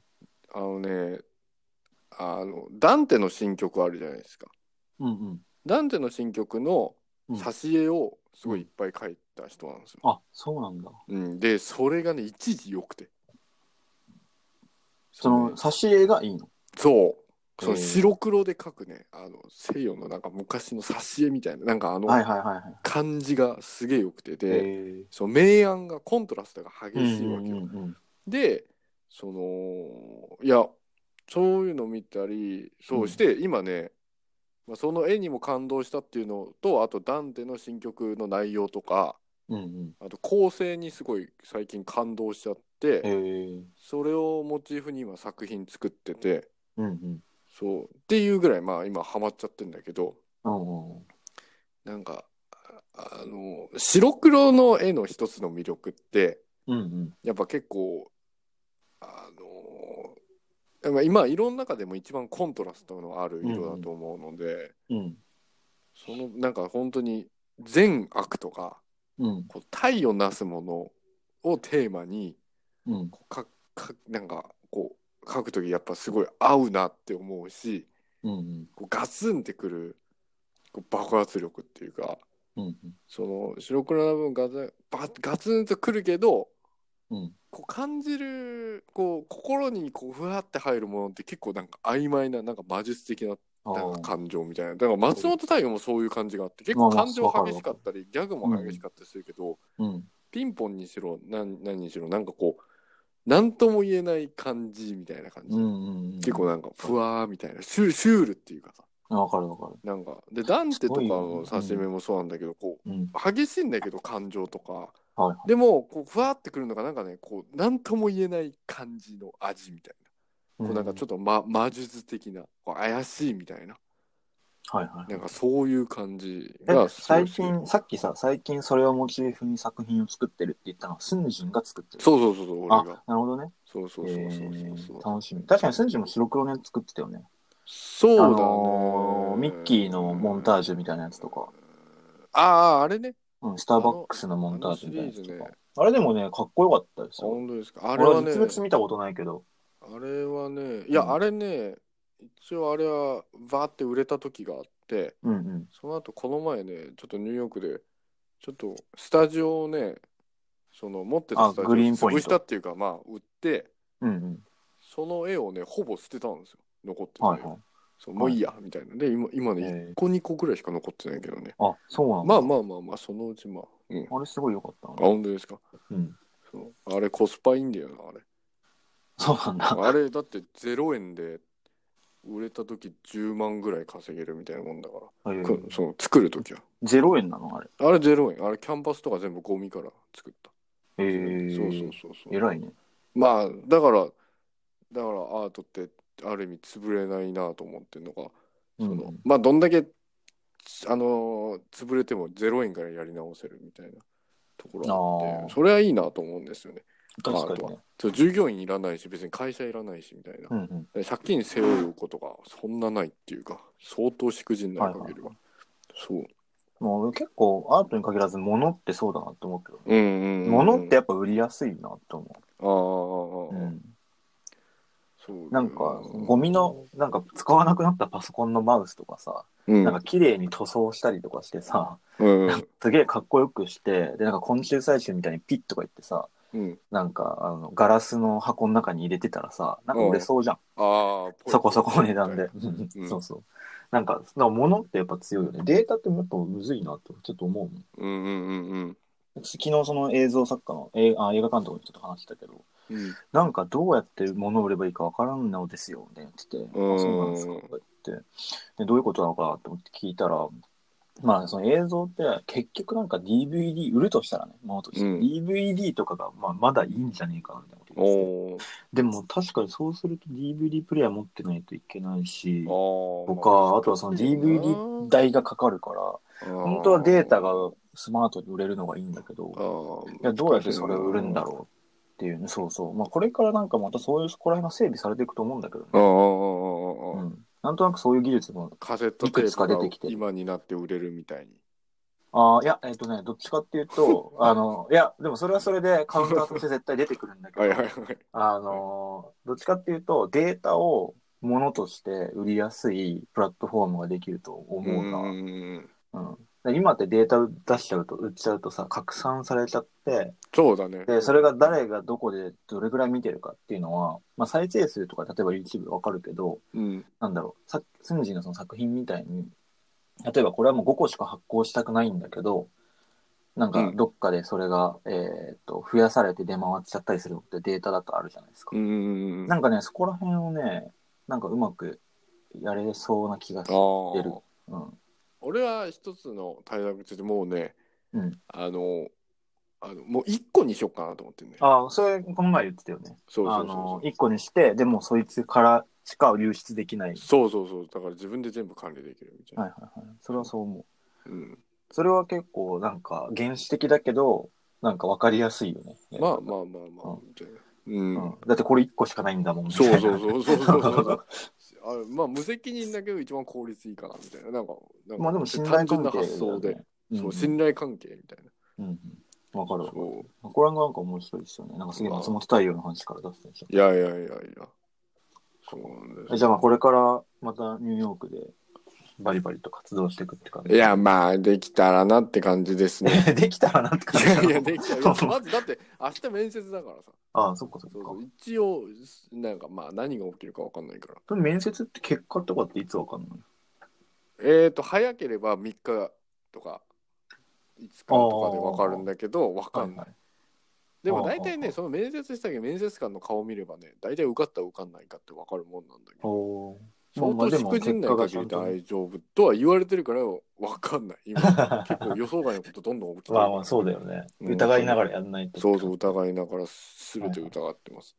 S2: あのねあのダンテの新曲あるじゃないですか。
S3: うんうん。
S2: ダンテの新曲の挿絵をすごいいっぱい描いた人なんですよ。
S3: あ、そうなんだ。
S2: うん、でそれがねいちいち良くて。
S3: その、挿絵がいいの
S2: そう。
S3: えー
S2: その白黒で描くね、あの西洋のなんか昔の挿絵みたいな、なんかあ
S3: はい
S2: の
S3: はいはいはい。
S2: 感じがすげえ良くてで、
S3: え
S2: その明暗がコントラストが
S3: うん
S2: 激しいわ
S3: う
S2: けよ。
S3: んうん
S2: で、その、いや、そういうの見たり、そうして、今ね、まあ、その絵にも感動したっていうのと、あとダンテの新曲の内容とか、
S3: うんうん。
S2: あと構成にすごい最近感動しちゃって、
S3: えー
S2: それをモチーフに今作品作ってて、
S3: うんうん
S2: そうっていうぐらいまあ今ハマっちゃってんだけど
S3: うんうん。
S2: なんかああの白黒の絵の一つの魅力って
S3: うんうん。
S2: やっぱ結構あのやっぱ今色の中でも一番コントラストのある色だと思うので、
S3: うん
S2: そのなんか本当に善悪とか
S3: うん
S2: こう体をなすものをテーマに
S3: うん。
S2: こうかかなんかこう描く時やっぱすごい合うなって思うし。
S3: うんうん。
S2: こうガツンってくるこう爆発力っていうか
S3: うん
S2: その白黒な分ガツンバガツンとくるけど、
S3: うん
S2: こう感じるこう心にこうふわって入るものって結構なんか曖昧ななんか魔術的な
S3: あ
S2: なんか
S3: ー
S2: 感情みたいなだから松本太陽もそういう感じがあって結構
S3: まあまあ
S2: 感情激しかったりギャグも激しかったりするけど、
S3: うん
S2: ピンポンにしろなん何にしろなんかこう何とも言えない感じみたいな感じ、
S3: うんうんうん。
S2: 結構なんかふわーみたいなシュシュールっていうかさ
S3: わかるわか
S2: なんかでダンテとかの
S3: すごいよね
S2: 刺身もそうなんだけど、こ
S3: る。うん。
S2: う激しいんだけど感情とか
S3: はい。
S2: でもこうふわってくるのがなんかねこう何とも言えない感じの味みたいな、こうなんかちょっ
S3: ょっ
S2: と、ま、魔術的なこう怪しいみたいな
S3: と。はいはい。
S2: なんかそういう感じ
S3: え
S2: がすごい
S3: 最近、さっきさ、最近それをモチーフに作品を作ってるって言ったのは、スンジンが作ってる。
S2: そうそうそうそう俺
S3: あ
S2: が、
S3: なるほどね。
S2: そうそう
S3: え
S2: そうそうそうそう、
S3: ー楽しみ。確かにスンジンも白黒のやつ作ってたよね。
S2: そうだね、
S3: あのーミッキーのモンタージュみたいなやつとか、
S2: あああれね
S3: うん、スターバックスのモンタージュみたいなやつ
S2: あのシリー
S3: とか
S2: ズね。
S3: あれでもね、かっこよかったですよ。
S2: 本当ですかあれ
S3: 俺は
S2: はね
S3: 実物見たことないけど。
S2: あれはね、いや、
S3: うん
S2: あれね、一応あれはバーって売れた時があって、
S3: うんうん。
S2: その後この前ね、ちょっとニューヨークで、ちょっとスタジオをね、その持ってた
S3: あ
S2: スタジオを
S3: グリーンポイント
S2: 潰したっていうか、まあ、売って、
S3: うん
S2: その絵をね、ほぼ捨てたんですよ、残って
S3: うん。
S2: る絵を
S3: はいはい。
S2: そうもういいや、みたいな。で、今今
S3: へ
S2: ね、
S3: え
S2: 1個2個くらいしか残ってないけどね。
S3: あ、そうなん
S2: まあ
S3: だ。
S2: まあまあまあ、そのうちまあ、うん。あ、
S3: あれすごいよかったな。
S2: 本当ですか。
S3: うん。
S2: そうあれコスパいいんだよな、あれ。
S3: そうなんだ。
S2: あれだって0円で売れた時10万ぐらい稼げるみたいなもんだから。
S3: へえ
S2: くその作る時は
S3: ゼロ円なのあれ。
S2: あれ0円あれキャンパスとか全部ゴミから作った、
S3: え
S2: そうそうそうそう
S3: 偉いね。
S2: まあだからだからアートってある意味潰れないなと思ってるのがその、
S3: うん
S2: まあどんだけあのー潰れても0円からやり直せるみたいなところがあって
S3: あー
S2: それはいいなと思うんですよね
S3: 確かにね。
S2: そう従業員いらないし別に会社いらないしみたいな
S3: う、んうん。
S2: で借金背負うことがそんなないっていうか相当しくじんない限りは、そう
S3: もう俺結構アートに限らず物ってそうだなって思うけど、
S2: うんうんうんうん
S3: 物ってやっぱ売りやすいなって思
S2: あああああ
S3: う。
S2: あ、
S3: うん
S2: そう
S3: なんかゴミの、なんか使わなくなったパソコンのマウスとかさ、
S2: うん
S3: なんか綺麗に塗装したりとかしてさ、
S2: うん、
S3: すげえかっこよくして、でなんか昆虫採集みたいにピッとか言ってさ、
S2: うん。
S3: なんか、あの、ガラスの箱の中に入れてたらさ、なんか売れそうじゃん。
S2: ああ、ぽい
S3: そこそこの値段で。。
S2: うん
S3: そうそう。なんか、なんか物ってやっぱ強いよね。データってもっとむずいなと、ちょっと思うもん。
S2: うんうんうん
S3: 昨日その映像作家の映あ映画監督にちょっと話してたけど、
S2: うん。
S3: なんかどうやって物を売ればいいかわからんのですよ、みたいな言ってて、
S2: うん
S3: あそうなんですか、とか言ってで、どういうことなのかなと思って聞いたら、まあその映像って結局なんか DVD 売るとしたらね、物として、
S2: うん
S3: DVD とかがまあまだいいんじゃねえかなみたいなこと言ってて
S2: おー
S3: でも確かにそうすると DVD プレイヤー持ってないといけないし、
S2: あ
S3: と
S2: ー
S3: か、あとはその DVD 代がかかるから、本当はデータ。がスマートに売れるのがいいんだけど、
S2: まああ
S3: いや、どうやってそれを売るんだろうっていうね、そうそう。まあ、これからなんかまたそういう、そこら辺が整備されていくと思うんだけどね。
S2: あああああ
S3: う
S2: あああ。
S3: ん。なんとなくそういう技術も、
S2: カセット
S3: いく
S2: テ
S3: つか出て
S2: ー
S3: き
S2: プ
S3: て
S2: が
S3: る
S2: 今になって売れるみたいに。
S3: ああ、いや、えっ、とね、どっちかっていう と、あの、いや、でもそれはそれでカウンターとして絶対出てくるんだけど、
S2: はいはいはい。
S3: あの、どっちかっていうと、データを物として売りやすいプラットフォームができると思
S2: う
S3: うな。うん
S2: ん。
S3: で今ってデータ出しちゃうと、売っちゃうとさ、拡散されちゃって、
S2: そうだね。
S3: で、それが誰がどこでどれぐらい見てるかっていうのは、まあ、再生数とか、例えば YouTube わかるけど、
S2: うん。
S3: なんだろう、さスムジーのその作品みたいに、例えばこれはもう5個しか発行したくないんだけど、なんか
S2: うん
S3: どっかでそれが、えーっと、増やされて出回っちゃったりするってデータだとあるじゃないですか。
S2: うんうんうん。
S3: な
S2: あ
S3: んかね、そこら辺をね、なんかうまくやれそうな気がする。出る
S2: あ。
S3: うん。
S2: 俺は一つの対策としてもうね、
S3: うん
S2: あのあのもう一個にしようかなと思ってんね
S3: ああ、それ、この前言ってたよね。
S2: そうそ
S3: あ
S2: うそ
S3: の
S2: う、
S3: 1個にして、でもそいつからしか流出できない。
S2: そうそうそうだから自分で全部管理できるみたいな、
S3: はいはいはい。それはそう思う。
S2: うん、
S3: それは結構なんか原始的だけど、なんかわかりやすいよね。
S2: まあまあまあまあ
S3: う
S2: みたいなうん、
S3: うんだってこれ1個しかないんだもん。
S2: そうそうそうそうそうそう
S3: う。
S2: あまあ無責任だけど一番効率いいかなみたいななんかなんか
S3: まあでも信頼
S2: 単純
S3: 関
S2: な
S3: 係だよ
S2: 発
S3: ね、
S2: 想で、
S3: うん。
S2: そう信頼関係みたいな、
S3: うんうん。わかるわ。
S2: そ
S3: これがなんか面白いですよね。なんかすげえ松本太陽の話から出してるでし
S2: ういやいやいやいやそうなんです
S3: ょ。じゃあまあこれからまたニューヨークでバリバリと活動していくって感じ。
S2: いやまあできたらなって感じです ね
S3: え、できたらなって感
S2: い
S3: じ
S2: やいやでき たよ
S3: あ
S2: まずだって明日面接だからさ
S3: あ、そっかそっ
S2: そう
S3: か
S2: そう。一応なんかまあ何が起きるか分かんないから
S3: でも面接って結果とかっていつわかんの
S2: えー、と早ければ3日とか5日とかで分かるんだけど分かんない、
S3: はい
S2: でも大体
S3: あ
S2: ね
S3: ー
S2: その面接したけど面接官の顔見ればね大体受かった受かんないかって分かるもんなんだけど
S3: おー
S2: 相当しくじんない限り大丈夫とは言われてるから分かんない今結構予想外のことどんどん起きてる
S3: まあまあそうだよね。
S2: うん
S3: 疑いながらやんないと。
S2: そうそう疑いながら全て疑ってます、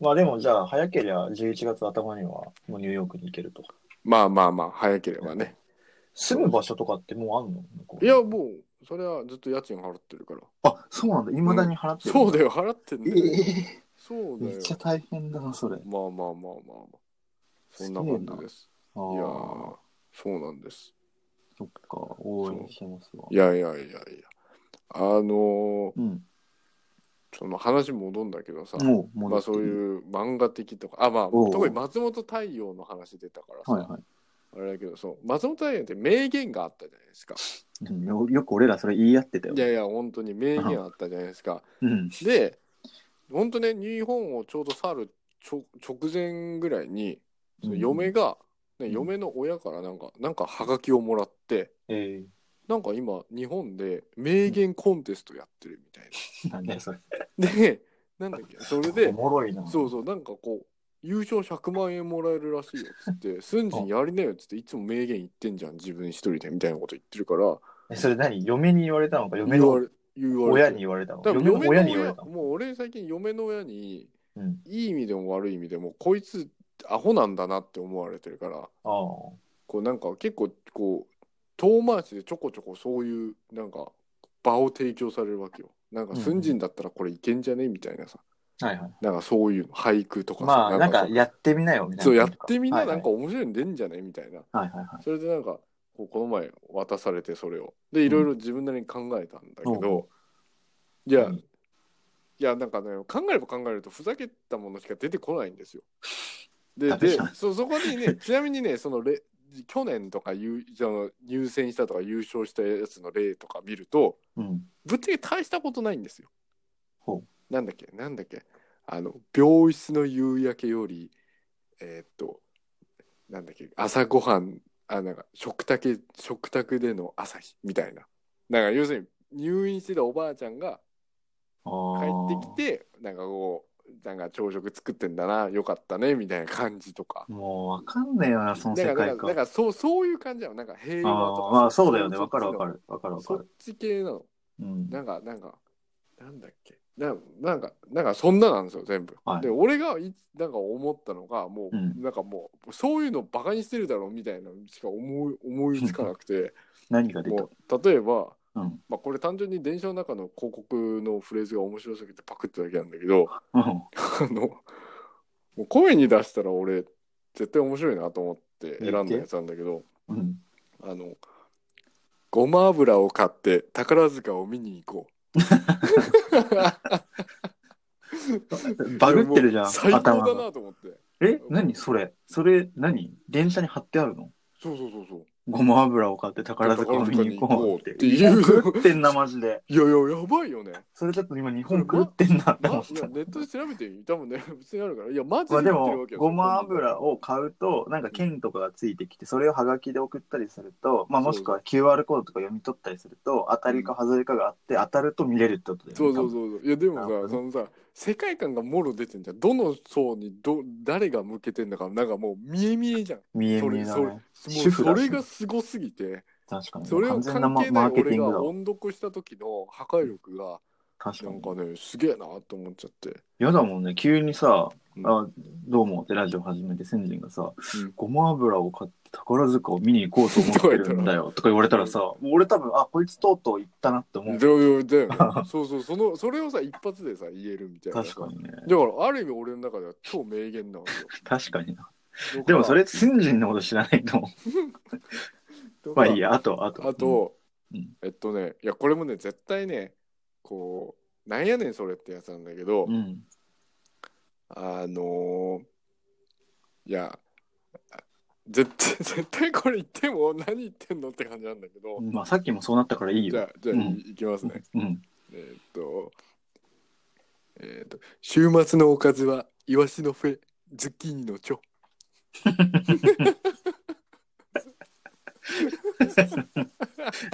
S3: まあでもじゃあ早ければ11月頭にはもうニューヨークに行けると。
S2: まあまあまあ早ければね
S3: 住む場所とかってもうあんの向こう
S2: いやもうそれはずっと家賃払ってるから
S3: あ、そうなんだ。未だに払ってる、
S2: そうだよ払ってんだよ、
S3: ええ
S2: そうだ
S3: めっ
S2: よ
S3: ちゃ大変だな、それ。あ
S2: まあまあまあまあまあそんな感じです
S3: あ
S2: いや
S3: ー
S2: ーそうなんです
S3: そっか、応援してますわ
S2: い。やいやいやいやあのー
S3: うん。
S2: その話戻んだけどさ、
S3: もう、も
S2: まあそう
S3: う。
S2: いう漫画的とかあまあ
S3: おうおう
S2: 特に松本太陽の話出たからさ、
S3: はいはい。
S2: あれだけどそう松本太陽って名言があったじゃないですか
S3: うんよよく俺らそれ言い合ってたよ
S2: い。やいや本当に名言あったじゃないですか
S3: うん。
S2: で本当ね日本をちょうど去るちょ直前ぐらいにその嫁が、ね
S3: うん
S2: 嫁の親からなんかなんかハガキをもらって
S3: え
S2: なんか今日本で名言コンテストやってるみたい
S3: えなんでそれ。
S2: な。でなんだっけそれ
S3: お
S2: で
S3: もろいな。
S2: そうそうなんかこう優勝100万円もらえるらしいよっつって「すんじんやりなよ」っつっていつも名言言ってんじゃん自分一人でみたいなこと言ってるから
S3: え、それ何嫁に言われたのか、嫁
S2: 言わ
S3: の
S2: れ言われ
S3: 親
S2: て
S3: に言われたの
S2: 多分
S3: 嫁の親に
S2: 嫁
S3: 言われ
S2: の
S3: た
S2: 親
S3: の
S2: もう俺最近嫁の親に
S3: うん。
S2: いい意味でも悪い意味でもこいつアホなんだなって思われてるから
S3: ああ。
S2: こうなんか結構こう遠回しでちょこちょこそういうなんか場を提供されるわけよなんか
S3: うんうん
S2: 寸人だったらこれいけんじゃねみたいなさ
S3: はいはい。
S2: なんかそういうの俳句とかさ
S3: まあ、なんか
S2: そう
S3: やってみなよ、みたいな。
S2: そうやってみんな
S3: は
S2: ないんか面白いの出んじゃねみたいな
S3: はいはいはい。
S2: それでなんかこうこの前渡されてそれをでいろいろ自分なりに考えたんだけど、いや、
S3: うん
S2: いやなんかね考えれば考えるとふざけたものしか出てこないんですよ。で
S3: 確
S2: で
S3: かに
S2: そそこに ねちなみにねそのれ去年とか優その入選したとか優勝したやつの例とか見ると
S3: うん。
S2: ぶっちゃけ大したことないんですよ
S3: ほ。
S2: なんだっけなんだっけあの病室の夕焼けよりえーっとなんだっけ朝ごはんあなんか食卓食卓での朝日みたいななんか要するに入院してたおばあちゃんが帰ってき
S3: て。
S2: てなんかこうなんか朝食作ってんだなよかったねみたいな感じとか
S3: もうわかんねえよな、その
S2: だ
S3: 世
S2: からだ
S3: 界
S2: から
S3: 観。
S2: だからそうそういう感じなのなんか平和と
S3: あ
S2: か
S3: あ、まあそうだよね。わかるわか
S2: る
S3: る。わかるわか
S2: そっ
S3: る。
S2: ち系なの
S3: うん。
S2: なんかなんかなんだっけななんかなんかそんななんですよ全部、
S3: はい
S2: で俺がいなんか思ったのがもう、
S3: うん
S2: なんかもうそういうのバカにしてるだろうみたいなのしか思い思いつかなく て
S3: 何が出た
S2: もう例えば、
S3: うん
S2: まあ、これ単純に電車の中の広告のフレーズが面白すぎてパクっただけなんだけど
S3: うん
S2: あのもう声に出したら俺絶対面白いなと思って選んだやつなんだけど
S3: うん。
S2: あのごま油を買って宝塚を見に行こう。
S3: バグってるじ
S2: いや
S3: ゃん
S2: もう最高だ
S3: 頭が
S2: なと思って
S3: え何それそれ何電車に貼ってあるの
S2: そうそうそうそう
S3: ごま油を買って宝塚を見に行こうって。
S2: 宝塚に行こうっていう
S3: 日本食ってんな、マジで。
S2: いやいややばいよね、
S3: それちょっと今日本食ってん なって
S2: ま、い
S3: 思っ
S2: や
S3: た。
S2: ネットで調べてみ多分ね普通にあるからいやマジ
S3: まあ
S2: で
S3: で
S2: 言って
S3: も
S2: るわけ、よ
S3: ごま油を買うと、なんか券とかがついてきて、それをハガキで送ったりすると、まあもしくは QR コードとか読み取ったりすると、当たりか外れかがあって、当たると見れるってことだよね。
S2: そうそう
S3: 多分
S2: そうそういやでも
S3: なるほ
S2: さそのさ世界観がもろ出てんじゃんどの層にど誰が向けてんだかなんかもう見え見えじゃん
S3: 見え
S2: そ
S3: 見え
S2: れ
S3: だ
S2: それ
S3: ね。
S2: も
S3: 主
S2: う
S3: 婦
S2: そ
S3: だし
S2: れがすごすぎて
S3: 確かに。
S2: それを
S3: 完
S2: 関
S3: 全なマ
S2: 係な
S3: マ
S2: い
S3: ーケティ
S2: 俺
S3: ングだ
S2: が
S3: わ。
S2: 音読した時の破壊力が
S3: 確か
S2: なん
S3: に。
S2: かねすげえなと思っちゃって
S3: やだもんね、急に
S2: う
S3: さ、
S2: ん
S3: あどうもってラジオ始めて、先人がさ、
S2: うん
S3: ごま油を買って宝塚を見に行こうと思ってるんだよとか言われたらさ、もう俺多分、あ、こいつとうとう行ったなって思う。
S2: だよだよ ねそうそうそのそれをさ一発でさ言えるみたいな
S3: 確かにね。
S2: だからある意味俺の中では超名言なんですよ
S3: 確かに
S2: だ
S3: な。
S2: から
S3: でもそれ、先人のこと知らないと思
S2: だか
S3: う。まあ
S2: ら
S3: いいや、あと、あと。
S2: あと、
S3: うん
S2: えっとねいやこれもね絶対ねこうなんやねんそれってやつなんだけど、
S3: うん、うん。
S2: あのーいや絶対絶対これ言っても何言ってんのって感じなんだけど、
S3: まあさっきもそうなったからいい
S2: じゃ
S3: よ。
S2: あじゃあ、
S3: うん
S2: いいきますね、
S3: うん。
S2: えっとえっと週末のおかずはイワシのフェズッキーニのチョ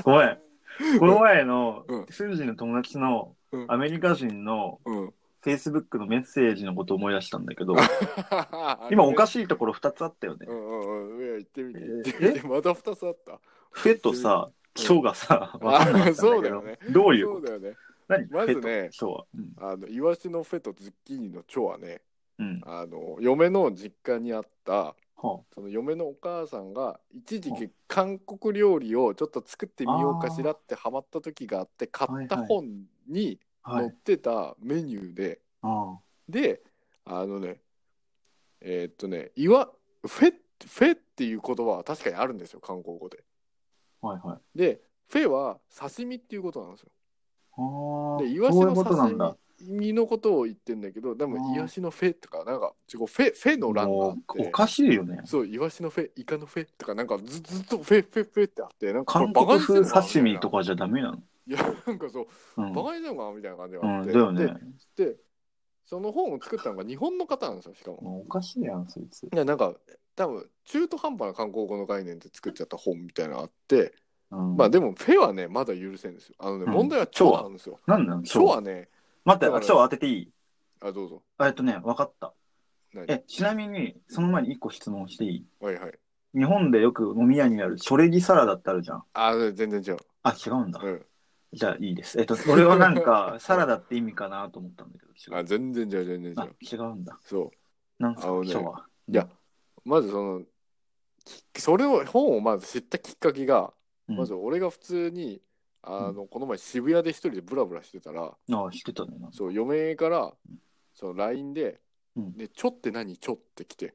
S3: ごめん。この前の
S2: うん、
S3: 先人の友達の
S2: うん
S3: アメリカ人の
S2: うん、
S3: Facebook のメッセージのことを思い出したんだけど、 今
S2: 今
S3: おかしいところ2つあったよね
S2: う。んうんうんいや行ってみて
S3: え
S2: 行ってみてまた2つあった
S3: フェとさ、チョがさ、わかんなかったんだけど
S2: そうだよね
S3: どういう
S2: そ
S3: こ
S2: う
S3: と
S2: だよね
S3: 何
S2: まずね
S3: フェとチョは。うん
S2: あのイワシのフェとズッキーニのチョはね
S3: うん。
S2: あの嫁の実家にあった
S3: は
S2: その嫁のお母さんが一時期韓国料理をちょっと作ってみようかしらってハマった時があって買った本に
S3: あは
S2: 載っ
S3: い。
S2: てたメニューで
S3: あ
S2: であのねえーっとねいわフェフェっていう言葉は確かにあるんですよ韓国語で。
S3: あはいはい。
S2: でフェは刺身っていうことなんですよ。
S3: ああ。
S2: でイワシ
S3: そうい
S2: の
S3: うことなんだ
S2: 刺。身のことを言ってんだけどで
S3: あ
S2: も
S3: ー
S2: イワシのフェとかなんかちょフェフェの欄があっ
S3: もうお
S2: て
S3: かしいよね。
S2: そうイワシのフェイカのフェとかなんかずずっとフェフェフェってあってなんかこれ
S3: 韓
S2: バカ
S3: 国
S2: にしてん
S3: 風
S2: のかな
S3: 刺身と
S2: み
S3: かじゃダメなの。
S2: たいないやなんかそう
S3: うん。
S2: バカにしてんのかなみたいな感じがあ
S3: う
S2: っ
S3: ん、
S2: て、
S3: だよね。
S2: ででその本を作ったのが日本の方なんですよしかも。
S3: もうおかしいやん、そいつ。
S2: いやなんか多分中途半端な韓国語の概念で作っちゃった本みたいなのがあって、
S3: うん、
S2: まあでもフェはねまだ許せんですよあのね、
S3: うん
S2: 問題は超なんですよ
S3: なんなの
S2: 超
S3: 超
S2: はね
S3: 待っ
S2: だ
S3: て、
S2: か
S3: あ
S2: ら
S3: 超当てていい
S2: あどうぞ
S3: あえっとね、わかった。
S2: 何
S3: え、ちなみに、その前に一個質問していい
S2: はいはい
S3: 日本でよく飲み屋にあるチョレギサラダってあるじゃん。
S2: あ全然違う
S3: あ、違うんだ。
S2: うん
S3: じゃあいいです。えっと、俺はな んか、サラダって意味かなと思ったんだけど、違
S2: あ
S3: う。
S2: 全然違う全然違
S3: あ
S2: う、
S3: 違うんだ。
S2: そ
S3: なんすか、
S2: あのね
S3: 今日は。
S2: ういやまずそのきそれを本をまず知ったきっかけが、
S3: うん、
S2: まず俺が普通にあのこの前渋谷で一人でブラブラしてたら
S3: ああ、知ってたね。
S2: そう嫁からその LINE で「
S3: うん
S2: でちょって何ちょ」って来て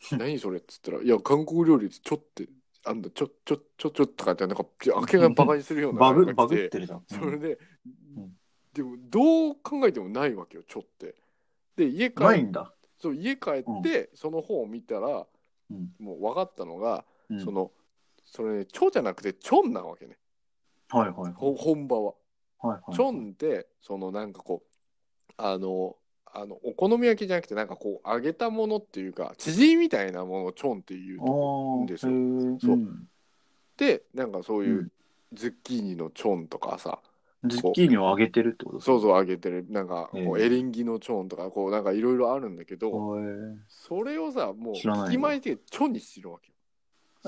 S2: 「何それ」っつったら「いや韓国料理でちょってあんだちょちょちょちょ」とかってなんか明けがバカにするような
S3: バグ、
S2: なん
S3: バ
S2: か来
S3: グっててるじゃん。
S2: それで、
S3: うん
S2: でもどう考えてもないわけよちょって。で家帰
S3: ない
S2: っ
S3: んだ。
S2: そう家帰ってその本を見たら、
S3: うん
S2: もう分かったのが、
S3: うん
S2: そのそれね「ちょ」じゃなくて「ちょん」なわけね
S3: はいはい。
S2: ほ本場は。
S3: はいはい。
S2: ちょんってそのなんかこうあのあのお好み焼きじゃなくてなんかこう揚げたものっていうかチヂミみたいなものをちょんっていう
S3: あー
S2: ですよ
S3: へー
S2: そうんでなんかそういううズッキーニのちょんとかさ、
S3: ズッキーニを揚げてるってこと
S2: そううそう揚げてるなんかこう
S3: ええ
S2: エリンギのちょんとかこうなんかいろいろあるんだけど、
S3: そ
S2: それをさもう
S3: 知らない
S2: 隙間にてちょにしてるわけ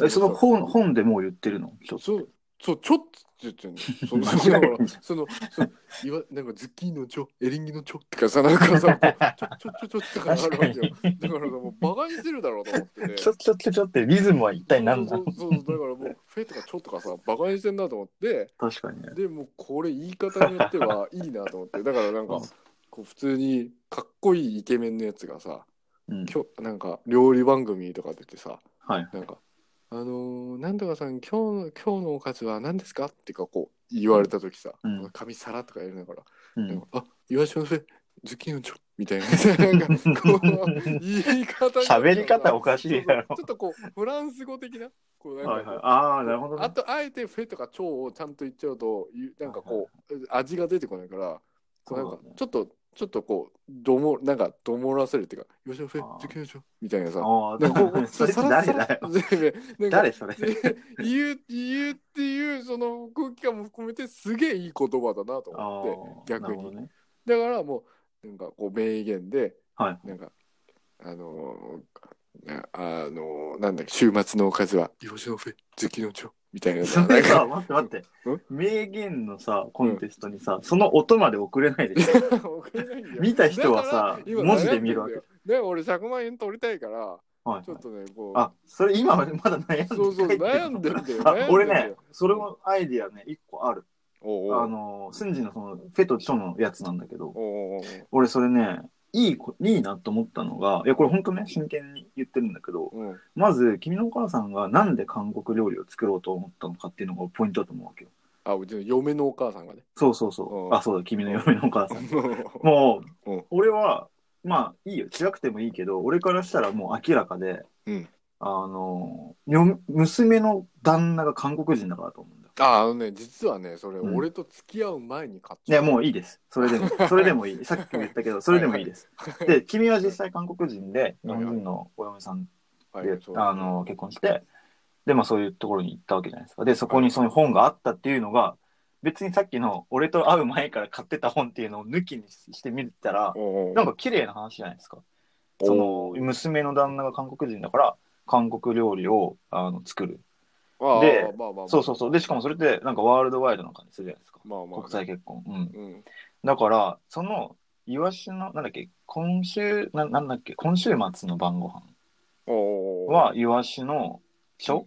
S2: よ
S3: えその本本でもう言ってるの一つ
S2: そう、そう、ちょっつって言 ってんの。その、そ
S3: 間違
S2: の
S3: えた、
S2: その、そのいわ、なんかズッキーニのちょ、エリンギのちょってかさ、なんかさ、ちょ、ちょ、ちょ、ちょってかあるわけよ。だからさ、もうバカにするだろうと思ってね。
S3: ちょちょちょちょってリズムは一体何な
S2: そ
S3: の
S2: うそうそう、だからもう、フェとかちょとかさ、バカにしてんなと思って、
S3: 確かにね。
S2: でもうこれ言い方によってはいいなと思って、だからなん
S3: う
S2: か
S3: ん、
S2: こう普通にかっこいいイケメンのやつがさ、
S3: うん。
S2: 今日なんか料理番組とか出てさ、
S3: はい。
S2: なんか、あのー、なんとかさん、今日の、今日のおかずは何ですかってか、こう、言われたときさ、
S3: うん
S2: 紙皿とかやりながら、
S3: う
S2: なん
S3: ん
S2: か、あ、言わしません、ズッキーニのちょ、みたいな、 なんか、こう、言い方が
S3: 喋り方おかしいだろ
S2: そうそうちょっとこう、フランス語的な、こう、なんか
S3: はいはい
S2: こう、
S3: ああ、なるほど
S2: あ
S3: ね。
S2: と、あえてフェとかチョをちゃんと言っちゃうと、ゆなんかこう、味が出てこないから、こうなん
S3: そ
S2: か
S3: うだね、
S2: ちょっと、ちょっとこう、ども、なんか、どもらせるっていうか、よしません
S3: あー、
S2: ズッキーニのちょ、みたいなさ、
S3: あ
S2: なんかこ
S3: あ、
S2: う
S3: それって誰だよ。
S2: なんか
S3: 誰それ。
S2: 言う言うっていうその空気感も含めてすげえいい言葉だなと
S3: ああ
S2: 思っ
S3: ー、
S2: 逆に
S3: なるほどね。
S2: てだからもうなんかこう名言で
S3: はい。
S2: なんかあのーなあのーなんだっけ週末のおかずは「よしのフェズキのちょ」みたいな
S3: そ
S2: さな
S3: れ
S2: ん
S3: さ、
S2: か
S3: 待って待って
S2: うん。
S3: 名言のさ、コンテストにさ、その音まで送れないでしょ。
S2: 送れないんだよ
S3: 見た人はさ
S2: だから今
S3: 文字で見るわけ
S2: 悩んでんだよで俺100万円取りたいから
S3: はい
S2: ちょっとねこう
S3: あ、それ今までまだ悩んで
S2: そうそう
S3: 書いてる
S2: 悩んでんだよ 悩
S3: あ
S2: んでんだよ
S3: 俺ね、それもアイディアね、一個ある。
S2: おうおう
S3: あの、スンジのその、フェとチョのやつなんだけど、
S2: おうおうおう
S3: 俺それね、いいこ、いいなと思ったのが、いや、これ本当ね、真剣に言ってるんだけど、
S2: うん
S3: まず、君のお母さんがなんで韓国料理を作ろうと思ったのかっていうのがポイントだと思うわけよ。
S2: あうちの嫁のお母さんがね
S3: そうそうそうう。
S2: ん
S3: あ、そうだ、君の嫁のお母さん。
S2: う
S3: もう、
S2: うん
S3: 俺は、まあ、いいよ。違くてもいいけど、俺からしたらもう明らかで、
S2: ん
S3: あの、よ娘の旦那が韓国人だからと思うんだよ。
S2: ああのね実はねそれ、
S3: うん
S2: 俺と付き合う前に買っ
S3: い
S2: ちゃ
S3: や、
S2: う
S3: もういいです。それでも、それ でもいい。さっきも言ったけど、それでもいいです。で、君は実際韓国人で、日本人のお嫁さん
S2: は
S3: で
S2: い、そう
S3: あの結婚してでまあそういうところに行ったわけじゃないですかでそこにそういう本があったっていうのが別にさっきの俺と会う前から買ってた本っていうのを抜きにしてみたら
S2: おうおう
S3: なんか綺麗な話じゃないですかその娘の旦那が韓国人だから韓国料理をあの作る
S2: ああ
S3: で
S2: まあまあまあ
S3: そうそうそうでしかもそれってなんかワールドワイドな感じするじゃないですか
S2: まあまあ
S3: 国際結婚うん
S2: うん
S3: だからそのイワシのなんだっけ今週ななんだっけ今週末の晩ご飯
S2: おうおうおう
S3: は、イワシのチョ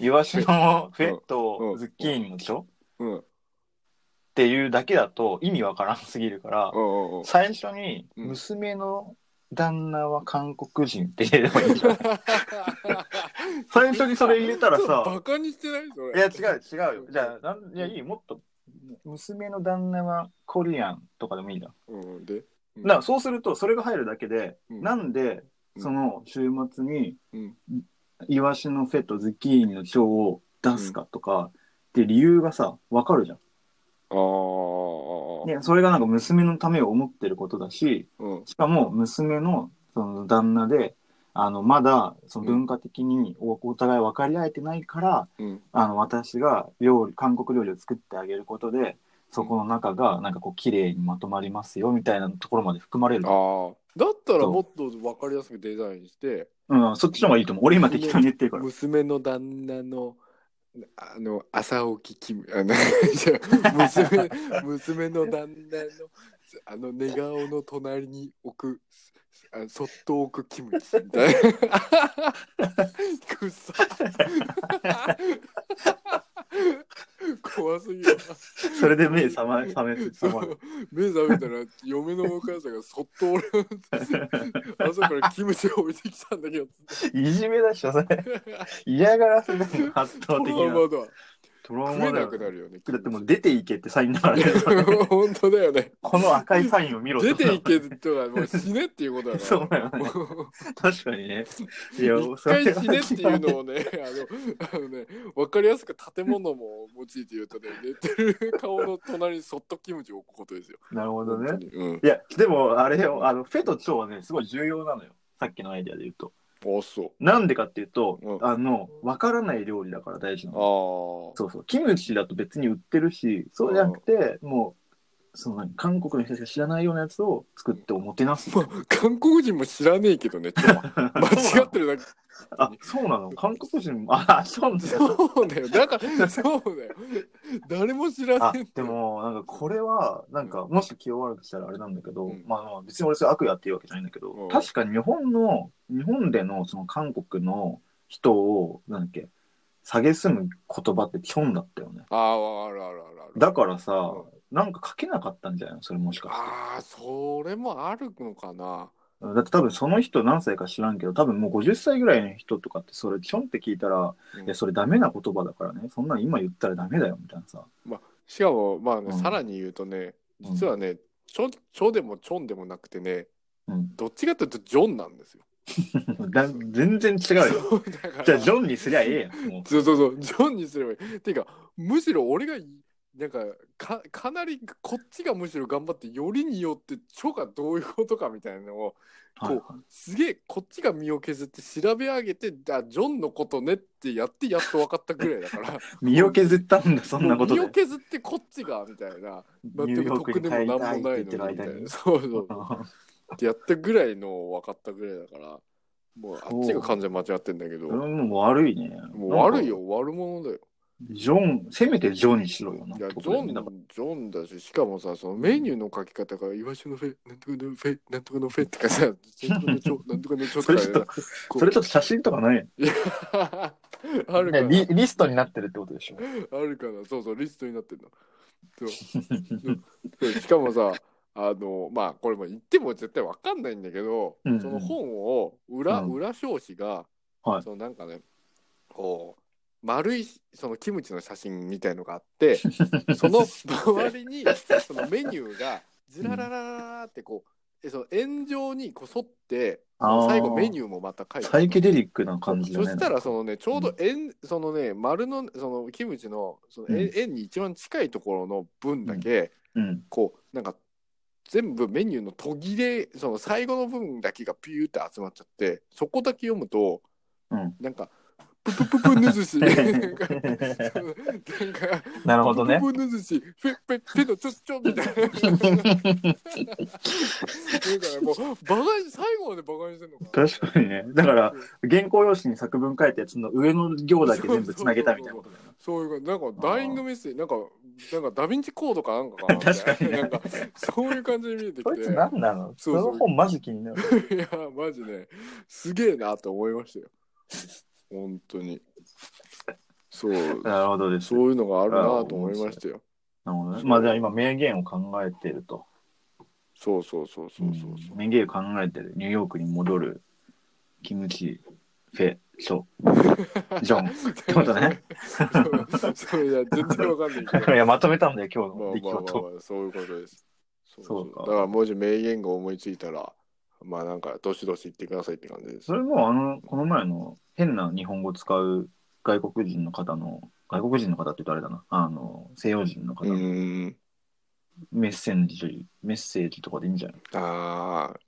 S3: イワシのフェッ
S2: うんう
S3: ト、
S2: ん
S3: ズッキーニのチョっ
S2: うんうん
S3: ていうだけだと意味わからんすぎるから、
S2: うんうん
S3: 最初に、
S2: うん
S3: 娘の旦那は韓国人って言えればいいじ ゃん。最初にそれ入れたら
S2: そう
S3: さ、
S2: バカにしてないそ
S3: い
S2: れ
S3: や違う違うよ。じゃあ、なんいやいい、もっと、娘の旦那はコリアンとかでもいいじゃん。
S2: うんうんでうん
S3: だからそうすると、それが入るだけで、
S2: うん
S3: なんで、
S2: うん
S3: その週末に、
S2: うん
S3: イワシのフェとズッキーニの腸を出すかとか、って理由がさ、わかるじゃん。
S2: ああああ
S3: ね、それがなんか娘のためを思ってることだし、
S2: うん
S3: しかも娘のその旦那で、あの、まだ、その文化的におお互い分かり合えてないから、
S2: うん
S3: あの、私が料理、韓国料理を作ってあげることで、そこの中がなんかこう綺麗にまとまりますよみたいなところまで含まれる。
S2: ああだったらもっと分かりやすくデザインして
S3: うん、そっちの方がいいと思う。俺今適当に言ってる から。
S2: 娘の旦那のあの朝起ききあの じゃあ娘娘の旦那のあの寝顔の隣に置くあそっと置くキムチみたいなくっさ怖すぎる
S3: それで目 覚ま、覚め、
S2: そ
S3: 覚まる。
S2: う目覚めたら嫁のお母さんがそっと俺の朝からキムチを置いてきたんだけど
S3: いじめだっし ょ、それ。嫌がらせだよ、圧
S2: ト
S3: 倒的
S2: ラ
S3: な。
S2: ウマだ
S3: トラウ
S2: 食え
S3: マだ
S2: な
S3: よ
S2: く。なるよね。
S3: だってもう出ていけってサインだからね。
S2: 本当だよね。
S3: この赤いサインを見ろ
S2: 出ていけとかもう死ねっていうことだから
S3: そうだよね確かにね。い や、
S2: 一回死ねっていうのをね、あの、あのね、わかりやすく建物も用いて言うとね、寝てる顔の隣にそっとキムチを置くことですよ。
S3: なるほどね
S2: 本当。にうん。
S3: いや、でも、あれよ、あの、フェとチョはね、すごい重要なのよ。さっきのアイデアで言うと。
S2: あ、そう。
S3: なんでかっていうと、
S2: うん
S3: あの、わからない料理だから大事なの。
S2: あ
S3: そうそう。キムチだと別に売ってるし、そうじゃなくて、もう、その何韓国の人しか知らないようなやつを作っておもてなす。
S2: あ。まあ、韓国人も知らねえけどね、ちょっと 間違ってるだけ。
S3: あ、そうなの韓国人も、あ、そうなんだよ。
S2: そうだよ。だから、そうだよ。誰も知ら
S3: あ
S2: ねえん、だ
S3: で
S2: よ。
S3: も、なんかこれは、なんか、もし気を悪くしたらあれなんだけど、
S2: うん
S3: まあまあ別に俺それ悪意あっていうわけじゃないんだけど、
S2: うん
S3: 確か日本の、日本でのその韓国の人を、なんだっけ、下げすむ言葉ってキョンだったよね。
S2: ああ、あるあるあるある。
S3: だからさ、
S2: う
S3: なんか書けなかったんじゃないのそれもしかして。
S2: ああ、それもあるのかな。
S3: だって多分その人何歳か知らんけど、多分もう50歳ぐらいの人とかってそれキョンって聞いたら、
S2: うん
S3: いや、それダメな言葉だからね、そんなん今言ったらダメだよみたいなさ。
S2: しかも、まあね、
S3: うん
S2: さらに言うとね、
S3: うん
S2: 実はね、ちょ、ちょでもちょんでもなくてね、
S3: うん。
S2: どっちかというとジョンなんですよ。
S3: だ全然違うよ。
S2: そうだから
S3: じゃあジョンにすりゃええやん。もう
S2: そうそうそうジョンにすればいい。っていうかむしろ俺がなんかかかなりこっちがむしろ頑張ってよりによってチョがどういうことかみたいなのを
S3: はいはい
S2: すげえこっちが身を削って調べ上げてあジョンのことねってやってやっと分かったぐらいだから
S3: 身を削ったんだ、 そんなこと
S2: 身
S3: で
S2: を。削ってこっちがみたいな
S3: ニューヨー
S2: 得
S3: クに帰
S2: でも
S3: り
S2: な
S3: たい
S2: ん
S3: っ
S2: もない
S3: て言ってる
S2: のにみ
S3: 間
S2: たいな
S3: に。
S2: そうそうってやったぐらいの分かったぐらいだからもうあっちが患者間違ってんだけど
S3: それももう悪いね。
S2: もう悪い。よ悪者だよ
S3: ジョン、せめてジョンにしろよな。
S2: いや
S3: って
S2: ジ
S3: ことだよねだ
S2: ョ
S3: か
S2: ンジョンだししかもさそのメニューの書き方が「イワシのフェなんとかのフェなんとかのフェ」ってかさ「なんとかのチョなんとかのチョ」と
S3: らそ
S2: か
S3: れちょっと、それちょっと写真とかない
S2: いやあるか
S3: リ
S2: な
S3: リストになってるってことでしょ。
S2: あるかなそうそうリストになってんの そうしかもさあのまあこれも言っても絶対わかんないんだけど、
S3: うんうん
S2: その本を裏,、
S3: うん
S2: 裏表紙が、
S3: はい
S2: そのなんかねこう丸いそのキムチの写真みたいのがあ ってその周りにそのメニューがずらららららってこう、えその円状にこう沿ってそ
S3: あ
S2: の
S3: ー
S2: 最後メニューもまた書いてあ
S3: サ
S2: る
S3: イケデリックな感じだ
S2: そ
S3: ね。
S2: したらそのねちょうど円、そのね丸のそのキムチのその円,、
S3: うん
S2: 円に一番近いところの分だけ、
S3: うん。
S2: こうなんか全部メニューの途切れその最後の部分だけがピューって集まっちゃってそこだけ読むと、
S3: うん
S2: なんかププププぬずし なんかそのなんか
S3: なるほどね。
S2: プププぬずしフェフェフェのちょちょみ たいな。なんかねもう馬鹿に最後まで馬鹿にしてんのかな。
S3: 確かにね。だから、原稿用紙に作文書いたやつの上の行だけ全部つなげたみたいなことだよね。
S2: そういう感じなんかダイイングメッセージなんかなんかダヴィンチコードかなんかかな
S3: 確かにね
S2: なんかそういう感じに見えてきて
S3: こいつ何なの
S2: そ
S3: そう
S2: そう
S3: の本マジ気になる。
S2: いやマジねすげえなと思いま したよ本当にそう
S3: なるほどです。
S2: そういうのがあるなと思いましたよ
S3: なるほどね。まあじゃあ今名言を考えてると。
S2: そうそうそうそうそうそう
S3: メゲー考えてる。ニューヨークに戻る。キムチ、フェ、ショ。ジョン。ってことね。
S2: そうそれいや全然わかんない けど
S3: いや、まとめたんだよ、今日
S2: まあ
S3: の出来
S2: まあまあ、
S3: 事。
S2: まあ、そういうことですそう
S3: そうか
S2: だからもし名言が思いついたらまあなんかどしどし言ってくださいって感じです
S3: それも、あの、この前の変な日本語使う外国人の方の、外国人の方って誰だなあの、西洋人の方
S2: う
S3: の
S2: ーん
S3: メッセージ、メッセージとかでいいんじゃない
S2: ああ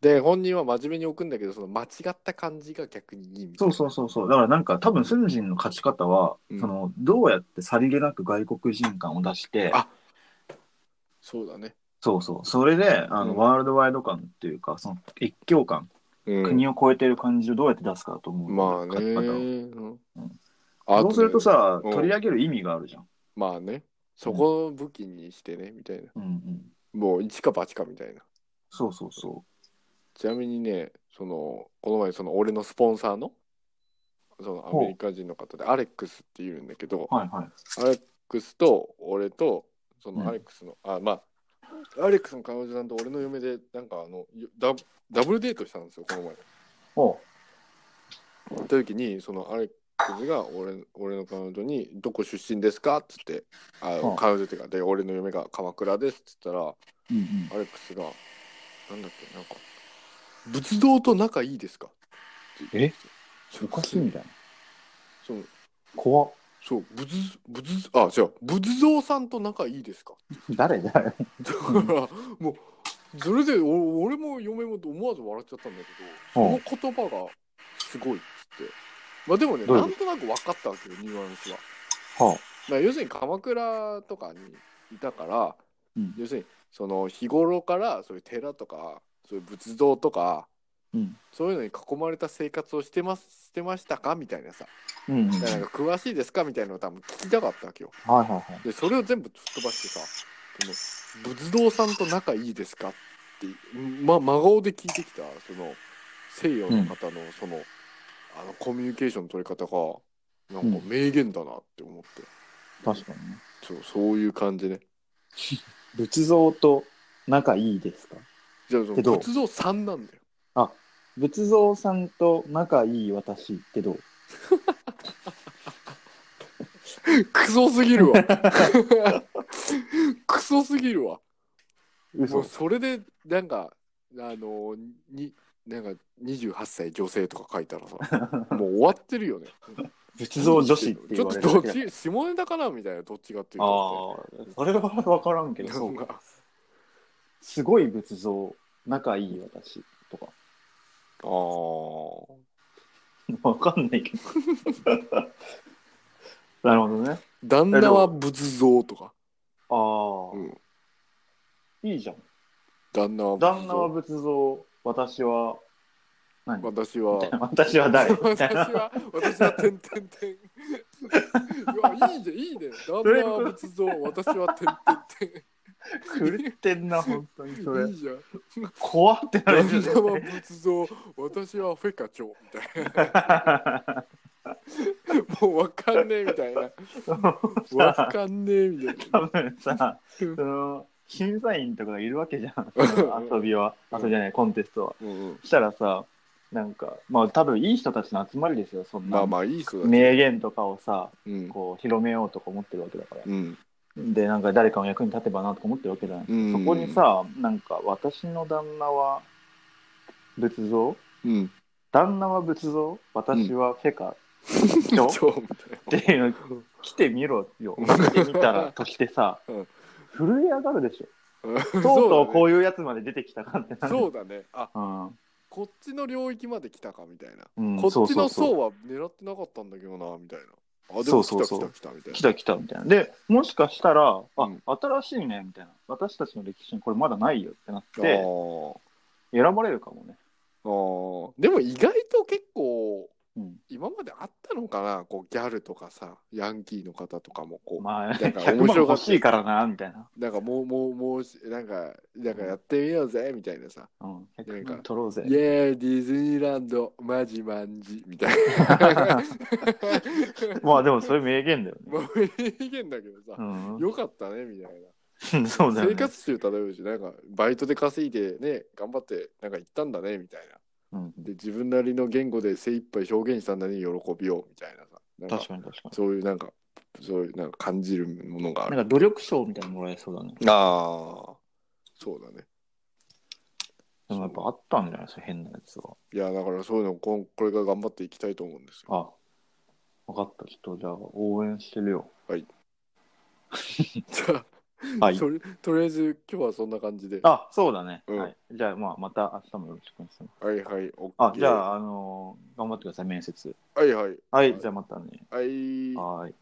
S2: で本人は真面目に置くんだけどその間違った感じが逆にいいみたい
S3: そ
S2: な
S3: うそうそうそう。だからなんか多分スンジンの勝ち方は、
S2: うん
S3: その、どうやってさりげなく外国人感を出して、
S2: あそうだね
S3: そうそう。それで、あの、
S2: うん
S3: ワールドワイド感っていうか、その、一強感
S2: 国
S3: 国を超えてる感じをどうやって出すかだと思う。
S2: まあね
S3: 書き方を。
S2: あ
S3: そうするとさ、
S2: うん
S3: 取り上げる意味があるじゃん。
S2: まあねそこを武器にしてねみたいな
S3: うんうん。
S2: もう一か八かみたいな
S3: そうそうそ
S2: ちなみにねそのこの前その俺のスポンサーのそのアメリカ人の方でアレックスっていうんだけど
S3: う。はいはい。
S2: アレックスと俺とそ
S3: うん
S2: のアレックスの、あまあアレックスの彼女さんと俺の嫁でなんかあのよダブダブルデートしたんですよこの前
S3: おう
S2: 行った時にそのアレックスが俺俺の彼女に「どこ出身ですか?」っつってあ
S3: うん
S2: 彼女っていうかで俺の嫁が鎌倉ですっつったら
S3: うんうん
S2: アレックスがなんだっけなんか仏道と仲いいですかって言って
S3: おかしいみたいな。
S2: そう
S3: 怖っ
S2: そう仏仏あ違う仏像さんと仲いいですか
S3: 誰
S2: だ
S3: 誰
S2: からもうそれでお俺も嫁も思わず笑っちゃったんだけど、
S3: うん
S2: その言葉がすごいっつってまあでもね
S3: どういう
S2: なんとなく分かったわけよニュアンスは。
S3: は
S2: まあ、要するに鎌倉とかにいたから、
S3: うん
S2: 要するにその日頃からそういう寺とかそういう仏像とか
S3: うん。
S2: そういうのに囲まれた生活をしてますしてましたかみたいなさ
S3: うん、うん。はい
S2: なんか詳しいですかみたいなのを多分聞きたかったわけよ
S3: はいはい。
S2: でそれを全部吹っ飛ばしてさ「この仏像さんと仲いいですか?」って、ま、真顔で聞いてきたその西洋の方のその,、あのコミュニケーションの取り方がなんか名言だなって思って、
S3: 確かにね。
S2: そうそういう感じね
S3: 仏像と仲いいですか
S2: じゃあその
S3: けど
S2: 仏像さんなんだよ
S3: 仏像さんと仲いい私ってどう
S2: クソすぎるわ クソすぎるわも
S3: 嘘
S2: うそれでなんかあのになんか28歳女性とか書いたら さもう終わってるよね
S3: 仏像女子っ
S2: ち
S3: て言
S2: ょっ
S3: われ
S2: と
S3: る
S2: どっ
S3: だけ
S2: ち下ネタかなみたいなどっちがっていう
S3: あ
S2: と
S3: あ、それは分からんけ
S2: ね
S3: ど、
S2: なんか
S3: すごい仏像、仲いい私 とか。
S2: あー
S3: 分かんないけど。 なるほどね。
S2: 旦那は仏像とか、
S3: あ
S2: う
S3: あ、
S2: ん、
S3: いいじゃん。
S2: 旦那は仏像
S3: 旦那は仏像、私は、 何
S2: 私は
S3: 私は誰み
S2: 私
S3: たいな
S2: は私はてんてんてんいやいいじゃんいいね旦
S3: れ
S2: 那は仏像私はてんてんてん
S3: 狂ってんな、本当にそれ
S2: いい。じゃん。
S3: 怖ってなる
S2: 旦
S3: じゃ
S2: 那は仏像、私はフェカチョウみたい
S3: ん。
S2: な。もうわかんねえみたいな。 わかんねえみたい
S3: 多分さ、
S2: う
S3: そ
S2: ん
S3: の、審査員とかがいるわけじゃ ん。
S2: うん
S3: その遊びは、遊びじゃない、コンテストは。
S2: な。うんうん
S3: したらさ、なんか、まあ多分いい人たちの集まりですよ、そん
S2: ま
S3: な
S2: あ。まあいい人だね。
S3: 名言とかをさ、
S2: うん。
S3: こう、広めようとか思ってるわけだから。
S2: うん。
S3: で、なんか誰かの役に立てばなとか思ってるわけじゃない。
S2: うん
S3: そこにさ、なんか、私の旦那は仏像
S2: うん。
S3: 旦那は仏像私はフェカ、貴 重
S2: チョウみたいな。
S3: っていうの来てみろよ来てみたらとしてさ、
S2: うん
S3: 震え上がるでしょ
S2: ん
S3: とうとうこ
S2: そう
S3: いうやつまで出てきたかってな
S2: う
S3: る
S2: そうだね。あ、
S3: うん
S2: こっちの領域まで来たかみたいな。
S3: うん
S2: こ
S3: そ
S2: っ
S3: う
S2: ち
S3: そ
S2: の
S3: うそう
S2: 層は狙ってなかったんだけどなみたいな。あ、でも来
S3: そうそう
S2: た
S3: そう
S2: 来た来たみたい
S3: 来
S2: な。
S3: た来たみたいなでもしかしたら、
S2: うん
S3: あ新しいねみたいな私たちの歴史にこれまだないよってなっ
S2: あ
S3: て
S2: ー
S3: 選ばれるかもね
S2: あーでも意外と結構
S3: うん
S2: 今まであったのかなこうギャルとかさヤンキーの方とかもこう、
S3: まあ
S2: だから
S3: 100
S2: 面
S3: 万
S2: 白か
S3: 欲
S2: った
S3: しいからなみたいな、
S2: なんかもうもうもうしなんかなんかやってみようぜみたいなさ
S3: うん、
S2: なん
S3: 100
S2: か
S3: 万取ろうぜ
S2: 「イエーイディズニーランドマジマンジ」みたい な
S3: まあでもそれ名言だよね
S2: もう名言だけどさ、
S3: う
S2: よかったねみたいな、
S3: ん そうだよね
S2: 生活習漂うしなんかバイトで稼いでね頑張ってなんか行ったんだねみたいな
S3: うん
S2: で自分なりの言語で精一杯表現したんだね喜びをみたいなさなんか
S3: 確かに確か
S2: そういうなんかそういうなんか感じるものがあ
S3: に
S2: る
S3: なんか努力賞みたいなのもらえそうだね
S2: ああそうだね
S3: でもやっぱあったんじゃないですか変なやつが
S2: いやだからそういうのこんこれから頑張っていきたいと思うんです よ。
S3: あ、分かった。ちょっとじゃあ応援してるよ。
S2: じゃあ、
S3: はい
S2: とりとりあえず今日はそんな感じで。は
S3: あ、そうだね。
S2: うん
S3: はい。じゃあ、まあ、また明日もよろしくお願いします。
S2: いはい。オッケー
S3: あ、じゃあ、あのー頑張ってください、面接。
S2: はいはい。
S3: は、
S2: はいい
S3: じゃあまたね。
S2: はい。
S3: はい。